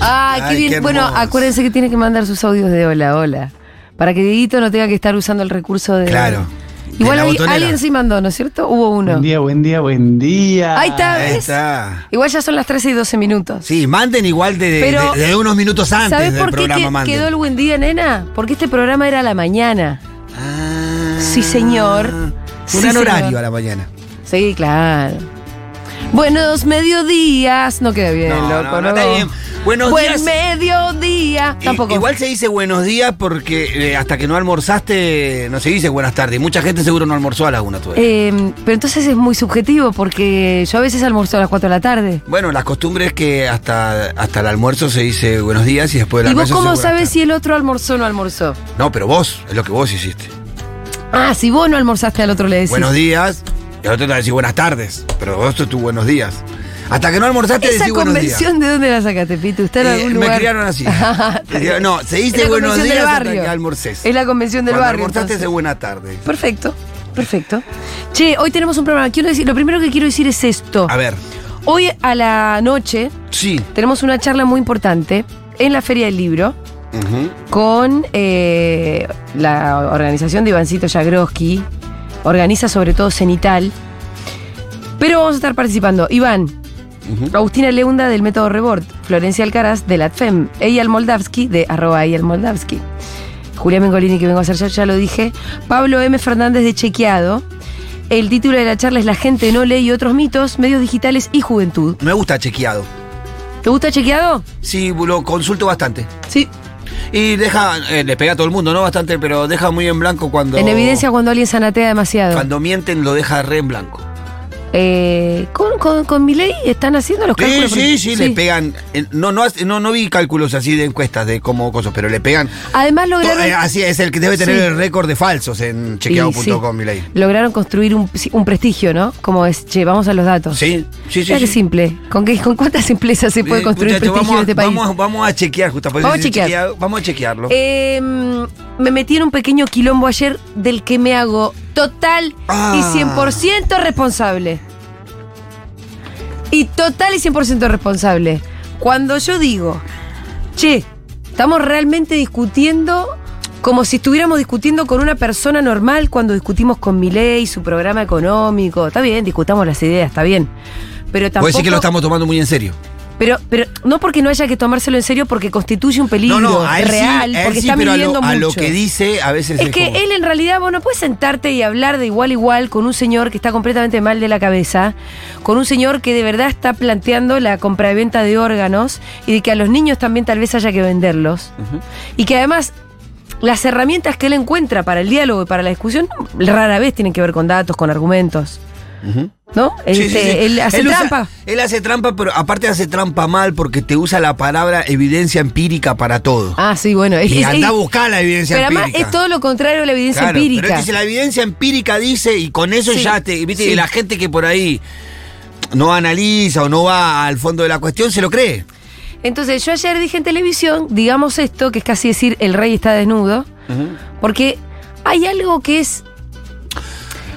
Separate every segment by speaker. Speaker 1: Ah, qué
Speaker 2: Ay,
Speaker 1: bien.
Speaker 2: qué
Speaker 1: bueno,
Speaker 2: hermoso.
Speaker 1: acuérdense que tiene que mandar sus audios de hola, hola. Para que Didito no tenga que estar usando el recurso de.
Speaker 2: Claro.
Speaker 1: Igual
Speaker 2: De la
Speaker 1: hay-
Speaker 2: botonera.
Speaker 1: alguien sí mandó, ¿no es cierto? Hubo uno.
Speaker 3: Buen día, buen día, buen día.
Speaker 1: Ahí está,
Speaker 2: Ahí
Speaker 1: ¿ves?
Speaker 2: está.
Speaker 1: Igual ya son las 13 y 12 minutos.
Speaker 2: Sí, manden igual de,
Speaker 1: Pero-
Speaker 2: de- de unos minutos antes
Speaker 1: ¿Sabes
Speaker 2: del
Speaker 1: por qué
Speaker 2: programa.
Speaker 1: que-
Speaker 2: manden.
Speaker 1: quedó el buen día, nena? Porque este programa era a la mañana.
Speaker 2: Ah.
Speaker 1: Sí, señor.
Speaker 2: Un
Speaker 1: Sí,
Speaker 2: gran
Speaker 1: señor.
Speaker 2: horario a la mañana.
Speaker 1: Sí, claro. Buenos mediodías. No queda bien,
Speaker 2: No,
Speaker 1: loco,
Speaker 2: no, no, está bien. Buenos
Speaker 1: Buen
Speaker 2: días.
Speaker 1: mediodía.
Speaker 2: I-
Speaker 1: Tampoco.
Speaker 2: Igual se dice buenos días porque eh, hasta que no almorzaste no se dice buenas tardes. Mucha gente seguro no almorzó a la una todavía.
Speaker 1: Eh, pero entonces es muy subjetivo porque yo a veces almuerzo a las 4 de la tarde.
Speaker 2: Bueno, las costumbres es que hasta, hasta el almuerzo se dice buenos días y después de Pues
Speaker 1: ¿Y
Speaker 2: la
Speaker 1: vos cómo
Speaker 2: se dice buenas
Speaker 1: sabes
Speaker 2: tardes.
Speaker 1: si el otro almorzó o no almorzó?
Speaker 2: No, pero vos, es lo que vos hiciste.
Speaker 1: Ah, si vos no almorzaste al otro le decís.
Speaker 2: Buenos días, y al otro te va a decir buenas tardes, pero vos sos tu buenos días. Hasta que no almorzaste
Speaker 1: ¿Esa
Speaker 2: decís buenos días.
Speaker 1: convención de dónde la sacaste, Pito? ¿Usted en
Speaker 2: Eh,
Speaker 1: algún
Speaker 2: me
Speaker 1: lugar?
Speaker 2: criaron así. no, se
Speaker 1: Es
Speaker 2: dice
Speaker 1: la
Speaker 2: buenos
Speaker 1: convención del
Speaker 2: días hasta
Speaker 1: barrio.
Speaker 2: que almorcés.
Speaker 1: Es la convención del
Speaker 2: Cuando
Speaker 1: barrio,
Speaker 2: almorzaste
Speaker 1: entonces.
Speaker 2: es buena tarde.
Speaker 1: Perfecto, perfecto. Che, hoy tenemos un programa. Quiero decir, lo primero que quiero decir es esto.
Speaker 2: A ver,
Speaker 1: Hoy a la noche
Speaker 2: sí.
Speaker 1: tenemos una charla muy importante en la Feria del Libro
Speaker 2: Ujú.
Speaker 1: con eh, la organización de Ivancito Jagroski. Organiza sobre todo Cenital. Pero vamos a estar participando. Iván,
Speaker 2: Ujú.
Speaker 1: Agustina Leunda del Método Rebord, Florencia Alcaraz de LATFEM, Eyal Moldavsky de arroba Eyal Moldavsky, Julia Mengolini que vengo a hacer yo, ya lo dije, Pablo M. Fernández de Chequeado. El título de la charla es La gente no lee y otros mitos, medios digitales y juventud.
Speaker 2: Me gusta chequeado.
Speaker 1: ¿Te gusta Chequeado?
Speaker 2: Sí, lo consulto bastante.
Speaker 1: Sí.
Speaker 2: Y deja, eh, le pega a todo el mundo, ¿no? Bastante, pero deja muy en blanco cuando.
Speaker 1: En evidencia cuando alguien sanatea demasiado.
Speaker 2: Cuando mienten lo deja re en blanco.
Speaker 1: Eh, ¿Con, con, con Milei están haciendo los
Speaker 2: Sí,
Speaker 1: cálculos?
Speaker 2: sí, sí, le pegan. eh, No, no, hace- no, no vi cálculos así de encuestas de cómo cosas, pero le pegan.
Speaker 1: Además lograron...
Speaker 2: Eh, Así es, el que debe tener
Speaker 1: Sí.
Speaker 2: el récord de falsos en
Speaker 1: Y sí,
Speaker 2: chequeado.com, Milei.
Speaker 1: Lograron construir un, sí, un prestigio, ¿no? Como es, che, vamos a los datos.
Speaker 2: Sí, sí, sí.
Speaker 1: Mira qué
Speaker 2: sí.
Speaker 1: simple. ¿Con, qué, ¿Con cuánta simpleza se puede
Speaker 2: Eh,
Speaker 1: construir
Speaker 2: muchachos,
Speaker 1: prestigio
Speaker 2: vamos,
Speaker 1: en
Speaker 2: a-
Speaker 1: este país?
Speaker 2: Vamos, vamos a chequear, justo. por
Speaker 1: Vamos
Speaker 2: eso
Speaker 1: a chequear.
Speaker 2: dice chequeado, vamos a chequearlo.
Speaker 1: Eh, me metí en un pequeño quilombo ayer del que me hago total
Speaker 2: Ah.
Speaker 1: y 100% responsable. Y total y 100% responsable. Cuando yo digo, che, estamos realmente discutiendo como si estuviéramos discutiendo con una persona normal cuando discutimos con mi ley, su programa económico. Está bien, discutamos las ideas, está bien. Pero tampoco.
Speaker 2: Puede ser que lo estamos tomando muy en serio.
Speaker 1: Pero, pero no porque no haya que tomárselo en serio, porque constituye un peligro real,
Speaker 2: sí, a él
Speaker 1: porque
Speaker 2: sí,
Speaker 1: está
Speaker 2: pero a
Speaker 1: midiendo
Speaker 2: lo, a lo
Speaker 1: mucho.
Speaker 2: que dice a veces es,
Speaker 1: es que
Speaker 2: como-
Speaker 1: él en realidad, vos no puedes sentarte y hablar de igual a igual con un señor que está completamente mal de la cabeza, con un señor que de verdad está planteando la compra y venta de órganos y de que a los niños también tal vez haya que venderlos. Y que además las herramientas que él encuentra para el diálogo y para la discusión rara vez tienen que ver con datos, con argumentos.
Speaker 2: Ujú.
Speaker 1: ¿No?
Speaker 2: Sí,
Speaker 1: Este,
Speaker 2: sí, sí.
Speaker 1: Él hace
Speaker 2: usa-
Speaker 1: trampa.
Speaker 2: él hace trampa, pero aparte hace trampa mal porque te usa la palabra evidencia empírica para todo.
Speaker 1: Ah, sí, bueno. es-
Speaker 2: y
Speaker 1: es-
Speaker 2: anda a buscar la evidencia
Speaker 1: Pero
Speaker 2: empírica.
Speaker 1: además es todo lo contrario a la evidencia
Speaker 2: Claro,
Speaker 1: empírica.
Speaker 2: Pero él dice, la evidencia empírica dice, y con eso
Speaker 1: Sí,
Speaker 2: ya te. ¿viste?
Speaker 1: sí.
Speaker 2: Y la gente que por ahí no analiza o no va al fondo de la cuestión se lo cree.
Speaker 1: Entonces, yo ayer dije en televisión, digamos esto, que es casi decir el rey está desnudo, porque hay algo que es.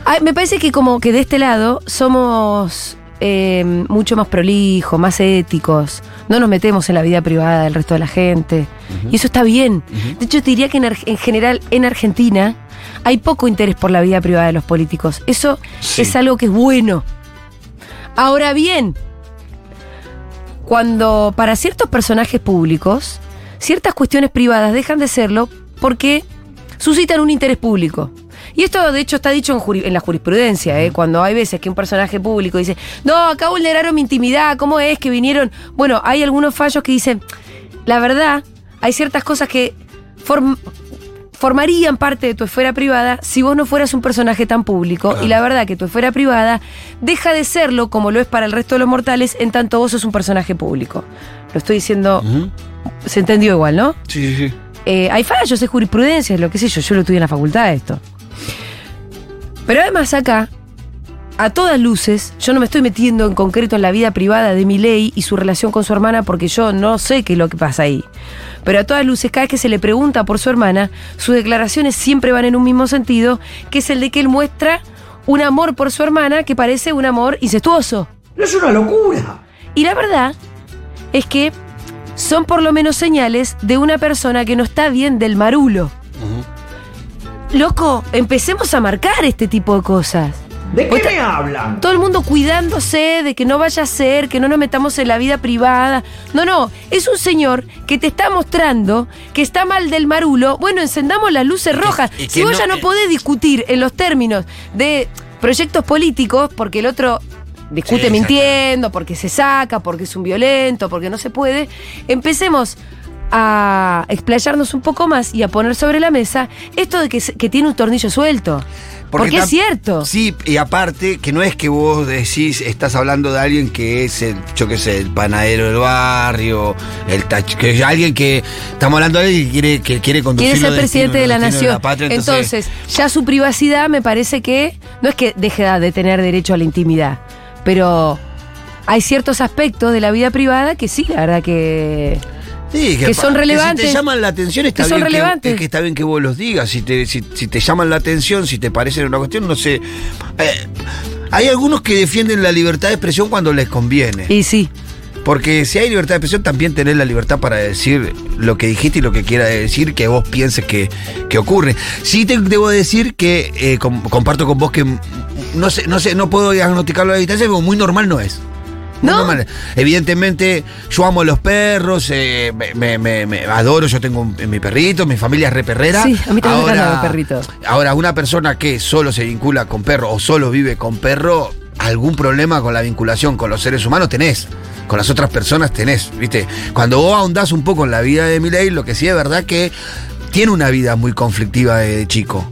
Speaker 1: Ay, me parece que como que de este lado somos eh, mucho más prolijos, más éticos, no nos metemos en la vida privada del resto de la gente. Y eso está bien. De hecho, te diría que en, Ar- en general en Argentina hay poco interés por la vida privada de los políticos. Eso
Speaker 2: Sí.
Speaker 1: es algo que es bueno. Ahora bien, cuando para ciertos personajes públicos, ciertas cuestiones privadas dejan de serlo porque suscitan un interés público. Y esto de hecho está dicho en, juri- en la jurisprudencia, ¿eh? cuando hay veces que un personaje público dice, no, acá vulneraron mi intimidad, ¿cómo es que vinieron? Bueno, hay algunos fallos que dicen, la verdad, hay ciertas cosas que form- formarían parte de tu esfera privada si vos no fueras un personaje tan público.
Speaker 2: Claro.
Speaker 1: Y la verdad que tu esfera privada deja de serlo como lo es para el resto de los mortales en tanto vos sos un personaje público. Lo estoy diciendo, se entendió igual, ¿no?
Speaker 2: Sí, sí, sí.
Speaker 1: Eh, hay fallos, es jurisprudencia, es lo que sé yo, yo lo estudié en la facultad esto. Pero además acá, a todas luces, yo no me estoy metiendo en concreto en la vida privada de Milei y su relación con su hermana porque yo no sé qué es lo que pasa ahí. Pero a todas luces, cada vez que se le pregunta por su hermana, sus declaraciones siempre van en un mismo sentido, que es el de que él muestra un amor por su hermana que parece un amor incestuoso.
Speaker 4: No es una locura.
Speaker 1: Y la verdad es que son por lo menos señales de una persona que no está bien del marulo. Loco, empecemos a marcar este tipo de cosas.
Speaker 4: ¿De
Speaker 1: Otra-
Speaker 4: qué me hablan?
Speaker 1: Todo el mundo cuidándose de que no vaya a ser, que no nos metamos en la vida privada. No, no, es un señor que te está mostrando que está mal del marulo. Bueno, encendamos las luces rojas.
Speaker 2: y que
Speaker 1: si vos
Speaker 2: no- eh.
Speaker 1: ya no podés discutir en los términos de proyectos políticos, porque el otro discute
Speaker 2: Sí,
Speaker 1: mintiendo, porque se saca, porque es un violento, porque no se puede, empecemos a explayarnos un poco más y a poner sobre la mesa esto de que, se- que tiene un tornillo suelto. Porque,
Speaker 2: tam-
Speaker 1: es cierto.
Speaker 2: Sí, y aparte, que no es que vos decís, estás hablando de alguien que es el, yo qué sé, el panadero del barrio, el tach- que alguien que. Estamos hablando de alguien que quiere, que quiere conducir.
Speaker 1: Quiere ser
Speaker 2: los
Speaker 1: presidente de la
Speaker 2: destinos- los
Speaker 1: nación.
Speaker 2: destinos de la patria,
Speaker 1: entonces, ya su privacidad me parece que no es que deje de tener derecho a la intimidad, pero hay ciertos aspectos de la vida privada que sí, la verdad que
Speaker 2: Sí,
Speaker 1: que son
Speaker 2: pa-
Speaker 1: relevantes.
Speaker 2: si te llaman la atención, está
Speaker 1: Que son
Speaker 2: bien
Speaker 1: relevantes.
Speaker 2: Que, es que está bien que vos los digas. Si te, si, si te llaman la atención, si te parece una cuestión, no sé. Eh, hay algunos que defienden la libertad de expresión cuando les conviene.
Speaker 1: y sí.
Speaker 2: Porque si hay libertad de expresión, también tenés la libertad para decir lo que dijiste y lo que quiera decir que vos pienses que, que ocurre. Sí te debo decir que eh, com- comparto con vos que mm, no sé, no sé, no puedo diagnosticarlo a la distancia, pero muy normal no es. Muy
Speaker 1: ¿No?
Speaker 2: normal. Evidentemente, yo amo a los perros, eh, me, me- me- me adoro, yo tengo un- mi perrito, mi familia es reperrera.
Speaker 1: Sí, a mí también me encantan los perritos.
Speaker 2: Ahora, una persona que solo se vincula con perro o solo vive con perro, algún problema con la vinculación con los seres humanos tenés. Con las otras personas tenés, ¿viste? Cuando vos ahondás un poco en la vida de Milei, lo que sí es verdad que tiene una vida muy conflictiva de chico.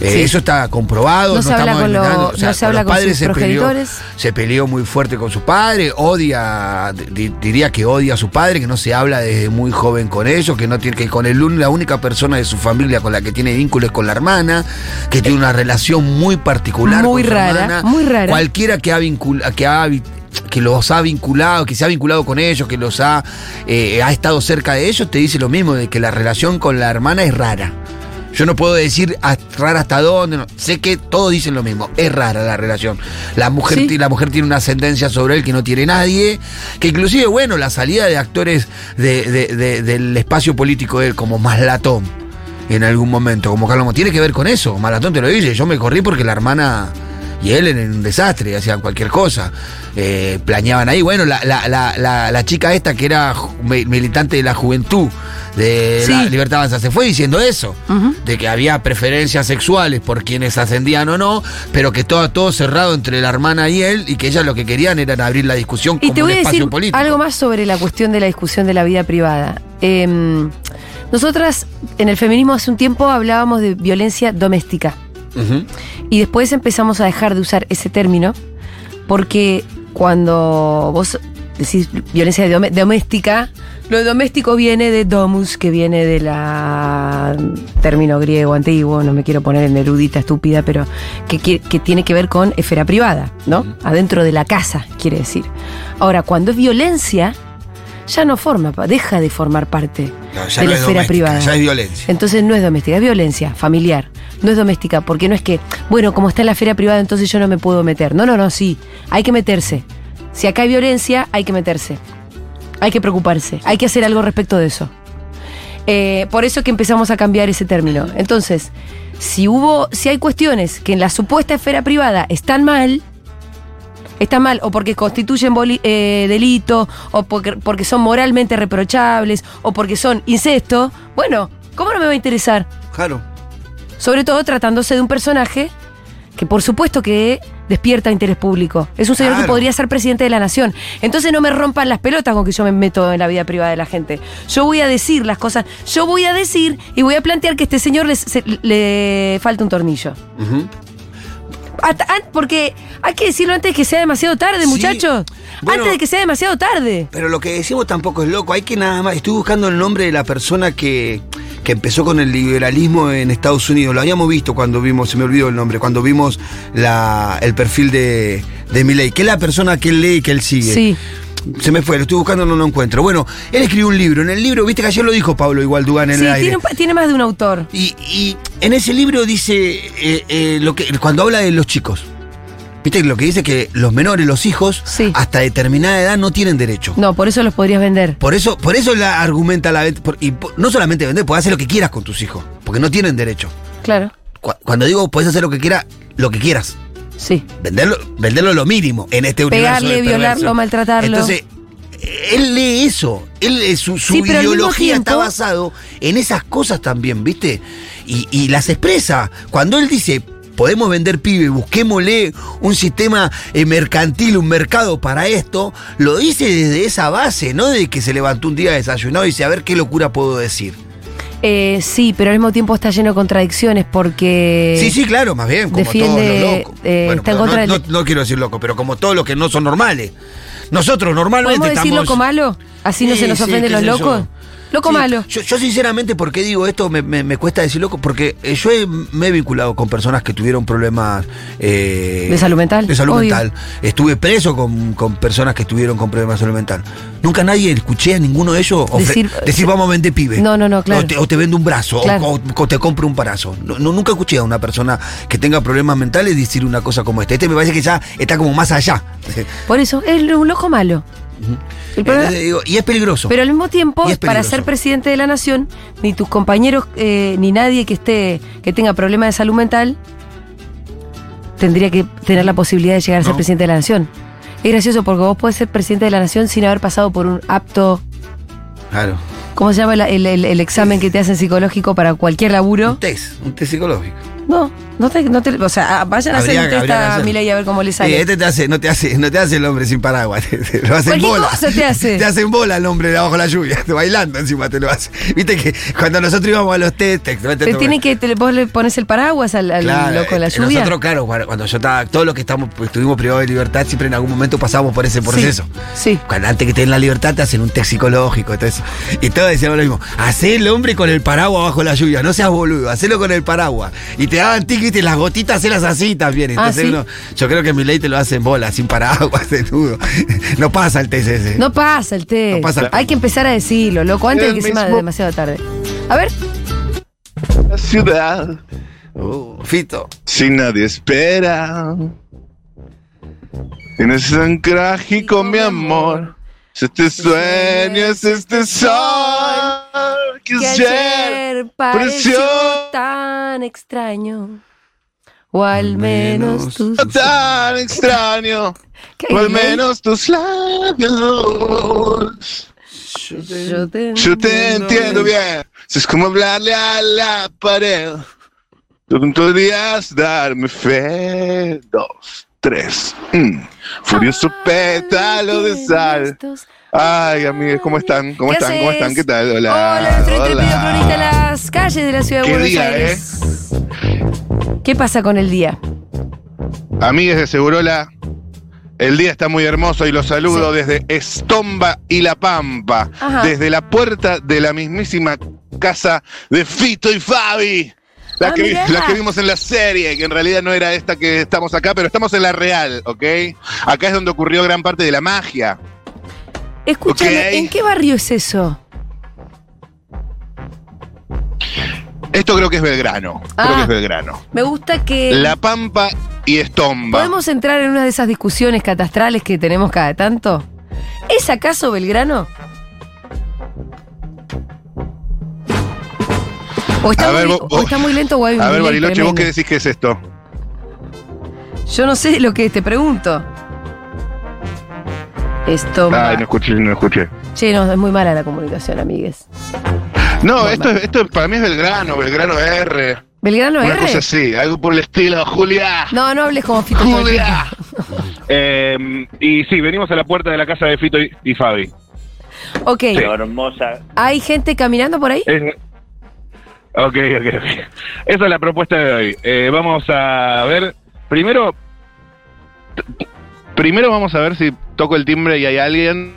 Speaker 2: Eh,
Speaker 1: Sí.
Speaker 2: Eso está comprobado.
Speaker 1: No se habla
Speaker 2: estamos
Speaker 1: con lo-
Speaker 2: inventando.
Speaker 1: no se habla
Speaker 2: los
Speaker 1: con sus
Speaker 2: padres se peleó-
Speaker 1: progenitores.
Speaker 2: se peleó muy fuerte con su padre, odia, di- diría que odia a su padre, que no se habla desde muy joven con ellos, que no tiene que con el un- la única persona de su familia con la que tiene vínculos es con la hermana, que tiene una relación muy particular
Speaker 1: Muy
Speaker 2: con su
Speaker 1: rara,
Speaker 2: hermana.
Speaker 1: muy rara.
Speaker 2: Cualquiera que ha vincula- que ha vi- que los ha vinculado, que se ha vinculado con ellos, que los ha, eh, ha estado cerca de ellos, te dice lo mismo, de que la relación con la hermana es rara. Yo no puedo decir hasta- rara hasta dónde. no. Sé que todos dicen lo mismo. Es rara la relación. La mujer,
Speaker 1: Sí.
Speaker 2: ti- la mujer tiene una ascendencia sobre él que no tiene nadie. Que inclusive, bueno, la salida de actores de- de- de- del espacio político de él, como Maslatón, en algún momento, como Carlos Mo- tiene que ver con eso. Maslatón te lo dice. Yo me corrí porque la hermana y él en un desastre, hacían cualquier cosa. Eh, planeaban ahí. Bueno, la, la- la- la- la chica esta que era ju- mi- militante de la juventud de la
Speaker 1: Sí.
Speaker 2: Libertad Avanza se fue diciendo eso de que había preferencias sexuales por quienes ascendían o no, pero que estaba todo cerrado entre la hermana y él y que ellas lo que querían era abrir la discusión
Speaker 1: Y
Speaker 2: como
Speaker 1: te voy
Speaker 2: un
Speaker 1: a
Speaker 2: espacio
Speaker 1: decir
Speaker 2: político.
Speaker 1: algo más sobre la cuestión de la discusión de la vida privada. Em, nosotras en el feminismo hace un tiempo hablábamos de violencia doméstica.
Speaker 2: Ujú.
Speaker 1: Y después empezamos a dejar de usar ese término porque cuando vos decís violencia dome- doméstica, lo doméstico viene de domus, que viene de la mm, término griego antiguo, no me quiero poner en erudita estúpida, pero que, qui- que tiene que ver con esfera privada, ¿no? Adentro de la casa, quiere decir. Ahora, cuando es violencia, ya no forma, pa- deja de formar parte
Speaker 2: No, ya
Speaker 1: de
Speaker 2: no
Speaker 1: la
Speaker 2: es
Speaker 1: esfera
Speaker 2: doméstica,
Speaker 1: privada.
Speaker 2: ya es violencia.
Speaker 1: Entonces no es doméstica, es violencia familiar. No es doméstica, porque no es que, bueno, como está en la esfera privada, entonces yo no me puedo meter. No, no, no, sí. Hay que meterse. Si acá hay violencia, hay que meterse. Hay que preocuparse. Hay que hacer algo respecto de eso. Eh, por eso que empezamos a cambiar ese término. Entonces, si hubo, si hay cuestiones que en la supuesta esfera privada están mal, están mal o porque constituyen boli- eh, delito, o porque, porque son moralmente reprochables, o porque son incesto, bueno, ¿cómo no me va a interesar?
Speaker 2: Claro.
Speaker 1: Sobre todo tratándose de un personaje que por supuesto que despierta interés público. Es un señor que
Speaker 2: Claro.
Speaker 1: podría ser presidente de la nación. Entonces no me rompan las pelotas con que yo me meto en la vida privada de la gente. Yo voy a decir las cosas, yo voy a decir y voy a plantear que a este señor les- se- le falta un tornillo.
Speaker 2: Ujú.
Speaker 1: Hasta- an- porque hay que decirlo antes de que sea demasiado tarde,
Speaker 2: Sí.
Speaker 1: muchachos.
Speaker 2: Bueno.
Speaker 1: antes de que sea demasiado tarde.
Speaker 2: Pero lo que decimos tampoco es loco, hay que nada más. Estoy buscando el nombre de la persona que, que empezó con el liberalismo en Estados Unidos. Lo habíamos visto cuando vimos, se me olvidó el nombre, cuando vimos la, el perfil de, de Milley, que es la persona que él lee y que él sigue.
Speaker 1: Sí.
Speaker 2: Se me fue, lo estoy buscando, no lo encuentro. Bueno, él escribió un libro. En el libro, viste que ayer lo dijo Pablo Igualdugán en
Speaker 1: Sí,
Speaker 2: el aire.
Speaker 1: tiene, un pa- tiene más de un autor.
Speaker 2: Y, y en ese libro dice eh, eh, lo que cuando habla de los chicos. Viste lo que dice que los menores, los hijos,
Speaker 1: Sí.
Speaker 2: hasta determinada edad no tienen derecho.
Speaker 1: No, por eso los podrías vender.
Speaker 2: Por eso, por eso la argumenta la venta. por- Y por- no solamente vender, puedes hacer lo que quieras con tus hijos, porque no tienen derecho.
Speaker 1: Claro.
Speaker 2: Cu- Cuando digo puedes hacer lo que quieras, lo que quieras.
Speaker 1: Sí.
Speaker 2: Venderlo, venderlo lo mínimo en este universo.
Speaker 1: Pegarle,
Speaker 2: de perverso.
Speaker 1: violarlo, maltratarlo.
Speaker 2: Entonces, él lee eso. Él, eh, su su
Speaker 1: Sí, pero al mismo
Speaker 2: ideología está
Speaker 1: tiempo-
Speaker 2: basado en esas cosas también, ¿viste? Y, y las expresa. Cuando él dice. Podemos vender pibe, busquémosle un sistema eh, mercantil, un mercado para esto. Lo dice desde esa base, ¿no? De que se levantó un día desayunado y dice, a ver qué locura puedo decir.
Speaker 1: Eh, sí, pero al mismo tiempo está lleno de contradicciones porque.
Speaker 2: Sí, sí, claro, más bien, como
Speaker 1: Eh, defiende,
Speaker 2: todos los locos.
Speaker 1: eh, está en
Speaker 2: pero
Speaker 1: contra
Speaker 2: no,
Speaker 1: del-
Speaker 2: no- no quiero decir loco, pero como todos los que no son normales. Nosotros normalmente
Speaker 1: ¿Podemos decir
Speaker 2: estamos.
Speaker 1: loco malo? Así no
Speaker 2: Sí,
Speaker 1: se nos
Speaker 2: sí,
Speaker 1: ofenden
Speaker 2: qué
Speaker 1: los
Speaker 2: sé yo.
Speaker 1: locos. Loco
Speaker 2: Sí,
Speaker 1: malo.
Speaker 2: Yo, yo sinceramente, ¿por qué digo esto? Me, me- me cuesta decir loco, porque eh, yo he- me he vinculado con personas que tuvieron problemas... eh,
Speaker 1: ¿De salud mental?
Speaker 2: De salud
Speaker 1: Obvio.
Speaker 2: mental. Estuve preso con, con personas que estuvieron con problemas de salud mental. Nunca nadie escuché a ninguno de ellos ofre-
Speaker 1: Decir-
Speaker 2: decir, vamos a vender pibe.
Speaker 1: No, no, no, claro.
Speaker 2: O te, o te vendo un brazo, o
Speaker 1: Claro.
Speaker 2: co- o, te compro un parazo. No, no- nunca escuché a una persona que tenga problemas mentales decir una cosa como esta. Este me parece que ya está como más allá.
Speaker 1: Por eso, es un loco malo. El problema-
Speaker 2: Entonces digo, y es peligroso.
Speaker 1: pero al mismo tiempo,
Speaker 2: Eh, Y es
Speaker 1: para
Speaker 2: peligroso.
Speaker 1: ser presidente de la nación, ni tus compañeros, eh, ni nadie que esté, que tenga problemas de salud mental, tendría que tener la posibilidad de llegar a ser
Speaker 2: No.
Speaker 1: presidente de la nación. Es gracioso porque vos podés ser presidente de la nación sin haber pasado por un apto,
Speaker 2: Claro.
Speaker 1: ¿cómo se llama la- el, el- el examen que te hacen psicológico para cualquier laburo?
Speaker 2: Un test, un test psicológico.
Speaker 1: No, no te, no te- o sea, ah, vayan a hacer
Speaker 2: Habría-
Speaker 1: un test
Speaker 2: habría que
Speaker 1: a
Speaker 2: hacer.
Speaker 1: Milei a ver cómo le sale.
Speaker 2: Eh, este te hace, no te hace, no te hace el hombre sin paraguas, te, te lo hacen
Speaker 1: Cualquier
Speaker 2: bola.
Speaker 1: cosa te hace.
Speaker 2: Te hacen bola el hombre debajo de la lluvia, bailando encima te lo hace. Viste que cuando nosotros íbamos a los test, te, te-
Speaker 1: Te tiene que, te- vos le pones el paraguas al, al
Speaker 2: Claro,
Speaker 1: loco de la
Speaker 2: eh,
Speaker 1: lluvia.
Speaker 2: Nosotros, claro, cuando cuando yo estaba, todos los que estamos, estuvimos privados de libertad, siempre en algún momento pasamos por ese proceso.
Speaker 1: Sí. sí.
Speaker 2: Cuando antes que te den la libertad te hacen un test psicológico, todo eso. Y todos decíamos lo mismo, hacé el hombre con el paraguas bajo la lluvia, no seas boludo, hacelo con el paraguas. Y te daban tickets y las gotitas hacelas así también. Entonces
Speaker 1: Ah, ¿sí?
Speaker 2: uno, yo creo que mi ley te lo hacen bola, sin paraguas, desnudo. No pasa el test ese.
Speaker 1: No pasa el té.
Speaker 2: No pasa el té.
Speaker 1: Hay que empezar a decirlo, loco, antes de
Speaker 5: El
Speaker 1: que sea
Speaker 5: mismo-
Speaker 1: demasiado tarde. A ver,
Speaker 5: La ciudad
Speaker 2: Uh, Fito.
Speaker 5: sin nadie espera. Tienes anclaje con mi amor. Es este sueño, es este sol. Que
Speaker 1: que
Speaker 5: ayer
Speaker 1: ayer pareció
Speaker 5: pareció
Speaker 1: tan extraño. O al menos,
Speaker 2: menos
Speaker 1: tus.
Speaker 5: tan extraño.
Speaker 1: ¿Qué
Speaker 5: O al
Speaker 1: hay?
Speaker 5: menos tus labios.
Speaker 1: Yo te,
Speaker 5: Yo te entiendo bien. Es como hablarle a la pared. Tú podrías darme fe. Dos, tres. mm. Furioso pétalo de sal. Ay, amigos, ¿cómo están? ¿Cómo
Speaker 1: ¿Qué
Speaker 5: están? ¿Cómo
Speaker 1: haces?
Speaker 5: están? ¿Qué tal? Hola.
Speaker 1: Hola, nuestro intrépido cronista de
Speaker 5: Hola.
Speaker 1: las calles de la ciudad de
Speaker 5: Qué
Speaker 1: Buenos
Speaker 5: día,
Speaker 1: Aires. ¿Qué pasa con el día?
Speaker 5: Amigues de Segurola, el día está muy hermoso y los saludo desde Estomba y La Pampa,
Speaker 1: Ajá.
Speaker 5: desde la puerta de la mismísima casa de Fito y Fabi. La,
Speaker 1: Ah,
Speaker 5: que, vi-
Speaker 1: mirá.
Speaker 5: la que vimos en la serie, que en realidad no era esta que estamos acá, pero estamos en la real, ¿ok? Acá es donde ocurrió gran parte de la magia.
Speaker 1: Escúchame,
Speaker 5: Ok.
Speaker 1: ¿en qué barrio es eso?
Speaker 5: Esto creo que es Belgrano. Creo
Speaker 1: Ah.
Speaker 5: que es Belgrano.
Speaker 1: Me gusta que.
Speaker 5: La Pampa y Estomba.
Speaker 1: ¿Podemos entrar en una de esas discusiones catastrales que tenemos cada tanto? ¿Es acaso Belgrano? O está,
Speaker 5: A ver,
Speaker 1: muy,
Speaker 5: vos-
Speaker 1: o
Speaker 5: vos-
Speaker 1: está muy lento o hay un
Speaker 5: A ver,
Speaker 1: delay
Speaker 5: Bariloche, ¿vos
Speaker 1: tremendo.
Speaker 5: qué decís que es esto?
Speaker 1: Yo no sé lo que es, te pregunto. Esto.
Speaker 5: Ay, no escuché, no escuché.
Speaker 1: Che, no, es muy mala la comunicación, amigues.
Speaker 5: No, esto, es- esto para mí es Belgrano, Belgrano R.
Speaker 1: ¿Belgrano
Speaker 5: Una
Speaker 1: R?
Speaker 5: cosa así, algo por el estilo, Julia.
Speaker 1: No, no hables como Fito. todo el
Speaker 5: Julia.
Speaker 6: Eh, y sí, venimos a la puerta de la casa de Fito y, y Fabi.
Speaker 1: tiempo. Ok,
Speaker 6: hermosa.
Speaker 1: ¿hay gente caminando por ahí?
Speaker 5: Eh,
Speaker 6: Ok, ok, ok. Esa es la propuesta de hoy. Eh, vamos a ver. Primero,
Speaker 5: Primero vamos a ver si toco el timbre y hay alguien.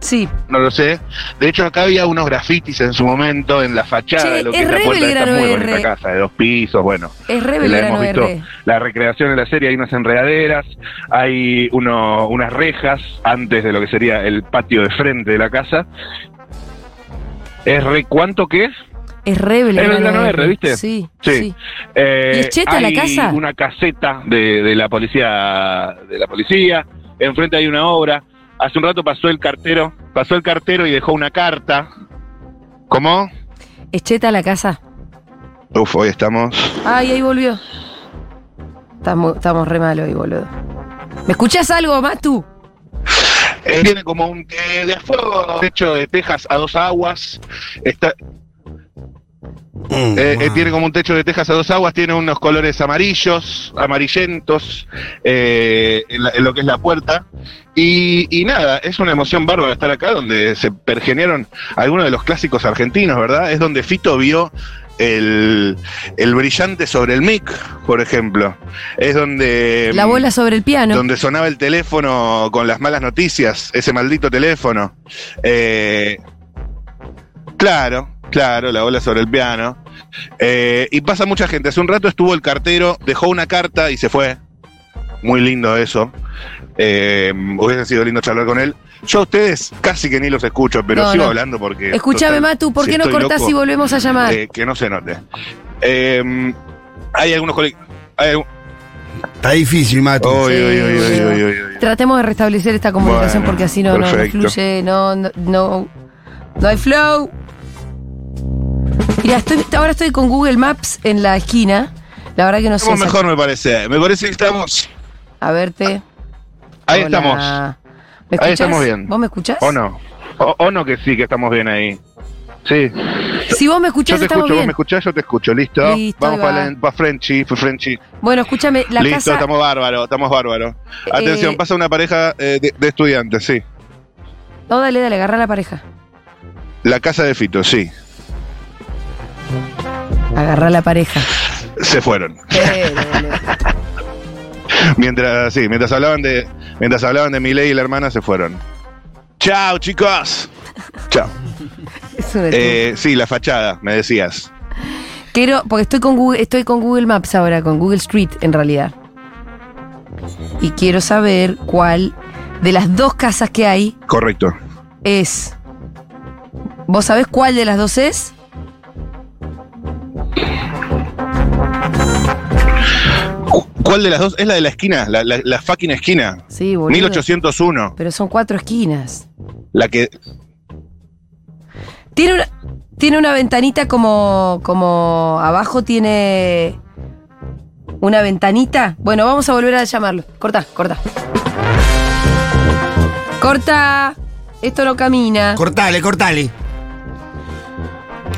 Speaker 1: Sí.
Speaker 5: No lo sé. De hecho, acá había unos grafitis en su momento en la fachada,
Speaker 1: Che,
Speaker 5: de lo que
Speaker 1: es
Speaker 5: es, la
Speaker 1: re
Speaker 5: puerta de esta
Speaker 1: Belgrano
Speaker 5: muy
Speaker 1: R.
Speaker 5: bonita casa, de dos pisos, bueno.
Speaker 1: Es re
Speaker 5: la
Speaker 1: Belgrano
Speaker 5: hemos visto.
Speaker 1: R.
Speaker 6: la recreación de la serie, hay unas enredaderas, hay uno, unas rejas antes de lo que sería el patio de frente de la casa. ¿Es re cuánto que es?
Speaker 1: Es re Belgrano
Speaker 5: Belgrano R, ¿viste?
Speaker 1: Sí, sí.
Speaker 5: Sí. Eh,
Speaker 1: ¿Y es cheta la
Speaker 5: hay
Speaker 1: casa?
Speaker 5: Una caseta de, de la policía, de la policía. Enfrente hay una obra. Hace un rato pasó el cartero, pasó el cartero y dejó una carta. ¿Cómo?
Speaker 1: ¿Es cheta la casa?
Speaker 4: Uf, hoy estamos.
Speaker 1: Ay, ahí volvió. Estamos, estamos re mal hoy, boludo. ¿Me escuchás algo, Matu?
Speaker 4: Eh, tiene como un eh, de a fuego techo de tejas a dos aguas. Está, Eh, eh, tiene como un techo de tejas a dos aguas, tiene unos colores amarillos, amarillentos, eh, en, la- en lo que es la puerta. Y, y nada, es una emoción bárbara estar acá, donde se pergenearon algunos de los clásicos argentinos, ¿verdad? Es donde Fito vio el, el brillante sobre el mic, por ejemplo. Es
Speaker 5: Eh,
Speaker 4: donde...
Speaker 1: La bola sobre el piano.
Speaker 4: Donde sonaba el teléfono con las malas noticias, ese maldito teléfono. Eh, claro, claro, la ola sobre el piano. Eh, y pasa mucha gente. Hace un rato estuvo el cartero, dejó una carta y se fue. Muy lindo eso. Eh, hubiese sido lindo charlar con él. Yo a ustedes casi que ni los escucho, pero
Speaker 1: No,
Speaker 4: sigo
Speaker 1: no.
Speaker 4: hablando porque.
Speaker 1: Escúchame,
Speaker 4: total,
Speaker 1: Matu, ¿por
Speaker 4: si
Speaker 1: qué no
Speaker 4: estoy
Speaker 1: cortás
Speaker 4: loco,
Speaker 1: y volvemos a llamar?
Speaker 4: eh, que no se note. Eh, hay algunos colectivos.
Speaker 2: Está difícil, Mati.
Speaker 1: Tratemos de restablecer esta comunicación
Speaker 4: Bueno,
Speaker 1: porque así no, no- no
Speaker 4: perfecto.
Speaker 1: fluye, no, no, no, no hay flow. Mira, estoy, ahora estoy con Google Maps en la esquina. La verdad que no sé.
Speaker 4: Estamos
Speaker 1: exact-
Speaker 4: mejor, me parece. Me parece que estamos.
Speaker 1: A verte.
Speaker 4: Ahí
Speaker 1: Hola.
Speaker 4: estamos.
Speaker 1: ¿Me
Speaker 4: Ahí
Speaker 1: escuchás?
Speaker 4: estamos bien.
Speaker 1: ¿Vos me escuchás?
Speaker 5: ¿O no? O, o no que sí, que estamos bien ahí. Sí.
Speaker 1: Si vos me
Speaker 4: Yo
Speaker 1: escuchás,
Speaker 4: te
Speaker 1: estamos
Speaker 4: escucho, vos
Speaker 1: bien.
Speaker 4: me escuchás, yo te escucho. Listo.
Speaker 1: Listo,
Speaker 4: Vamos
Speaker 1: ahí va.
Speaker 4: para, Frenchy, fue Frenchy.
Speaker 1: Bueno, escúchame, la
Speaker 4: Listo,
Speaker 1: casa.
Speaker 4: estamos bárbaros, estamos bárbaros. Atención,
Speaker 1: eh,
Speaker 4: pasa una pareja eh, de, de estudiantes, sí.
Speaker 1: No, dale, dale, agarra la pareja.
Speaker 4: La casa de Fito, sí.
Speaker 1: Agarra la pareja.
Speaker 4: Se fueron.
Speaker 1: Pero, boludo.
Speaker 4: Mientras, sí, mientras hablaban de, mientras hablaban de Milei y la hermana, se fueron. Chao, chicos. Chao.
Speaker 1: Es una
Speaker 4: Eh, sí, la fachada, me decías.
Speaker 1: Quiero, porque estoy con Google, estoy con Google Maps ahora, con Google Street en realidad. Y quiero saber cuál de las dos casas que hay
Speaker 4: Correcto.
Speaker 1: es. ¿Vos sabés cuál de las dos es?
Speaker 4: Cu- ¿Cuál de las dos? Es la de la esquina, la, la- la fucking esquina.
Speaker 1: Sí, boludo.
Speaker 4: 1801.
Speaker 1: Pero son cuatro esquinas.
Speaker 4: La que.
Speaker 1: Tiene una, tiene una ventanita como. como. abajo tiene. Una ventanita. Bueno, vamos a volver a llamarlo. Corta, corta. Corta. Esto no camina.
Speaker 2: Cortale, cortale.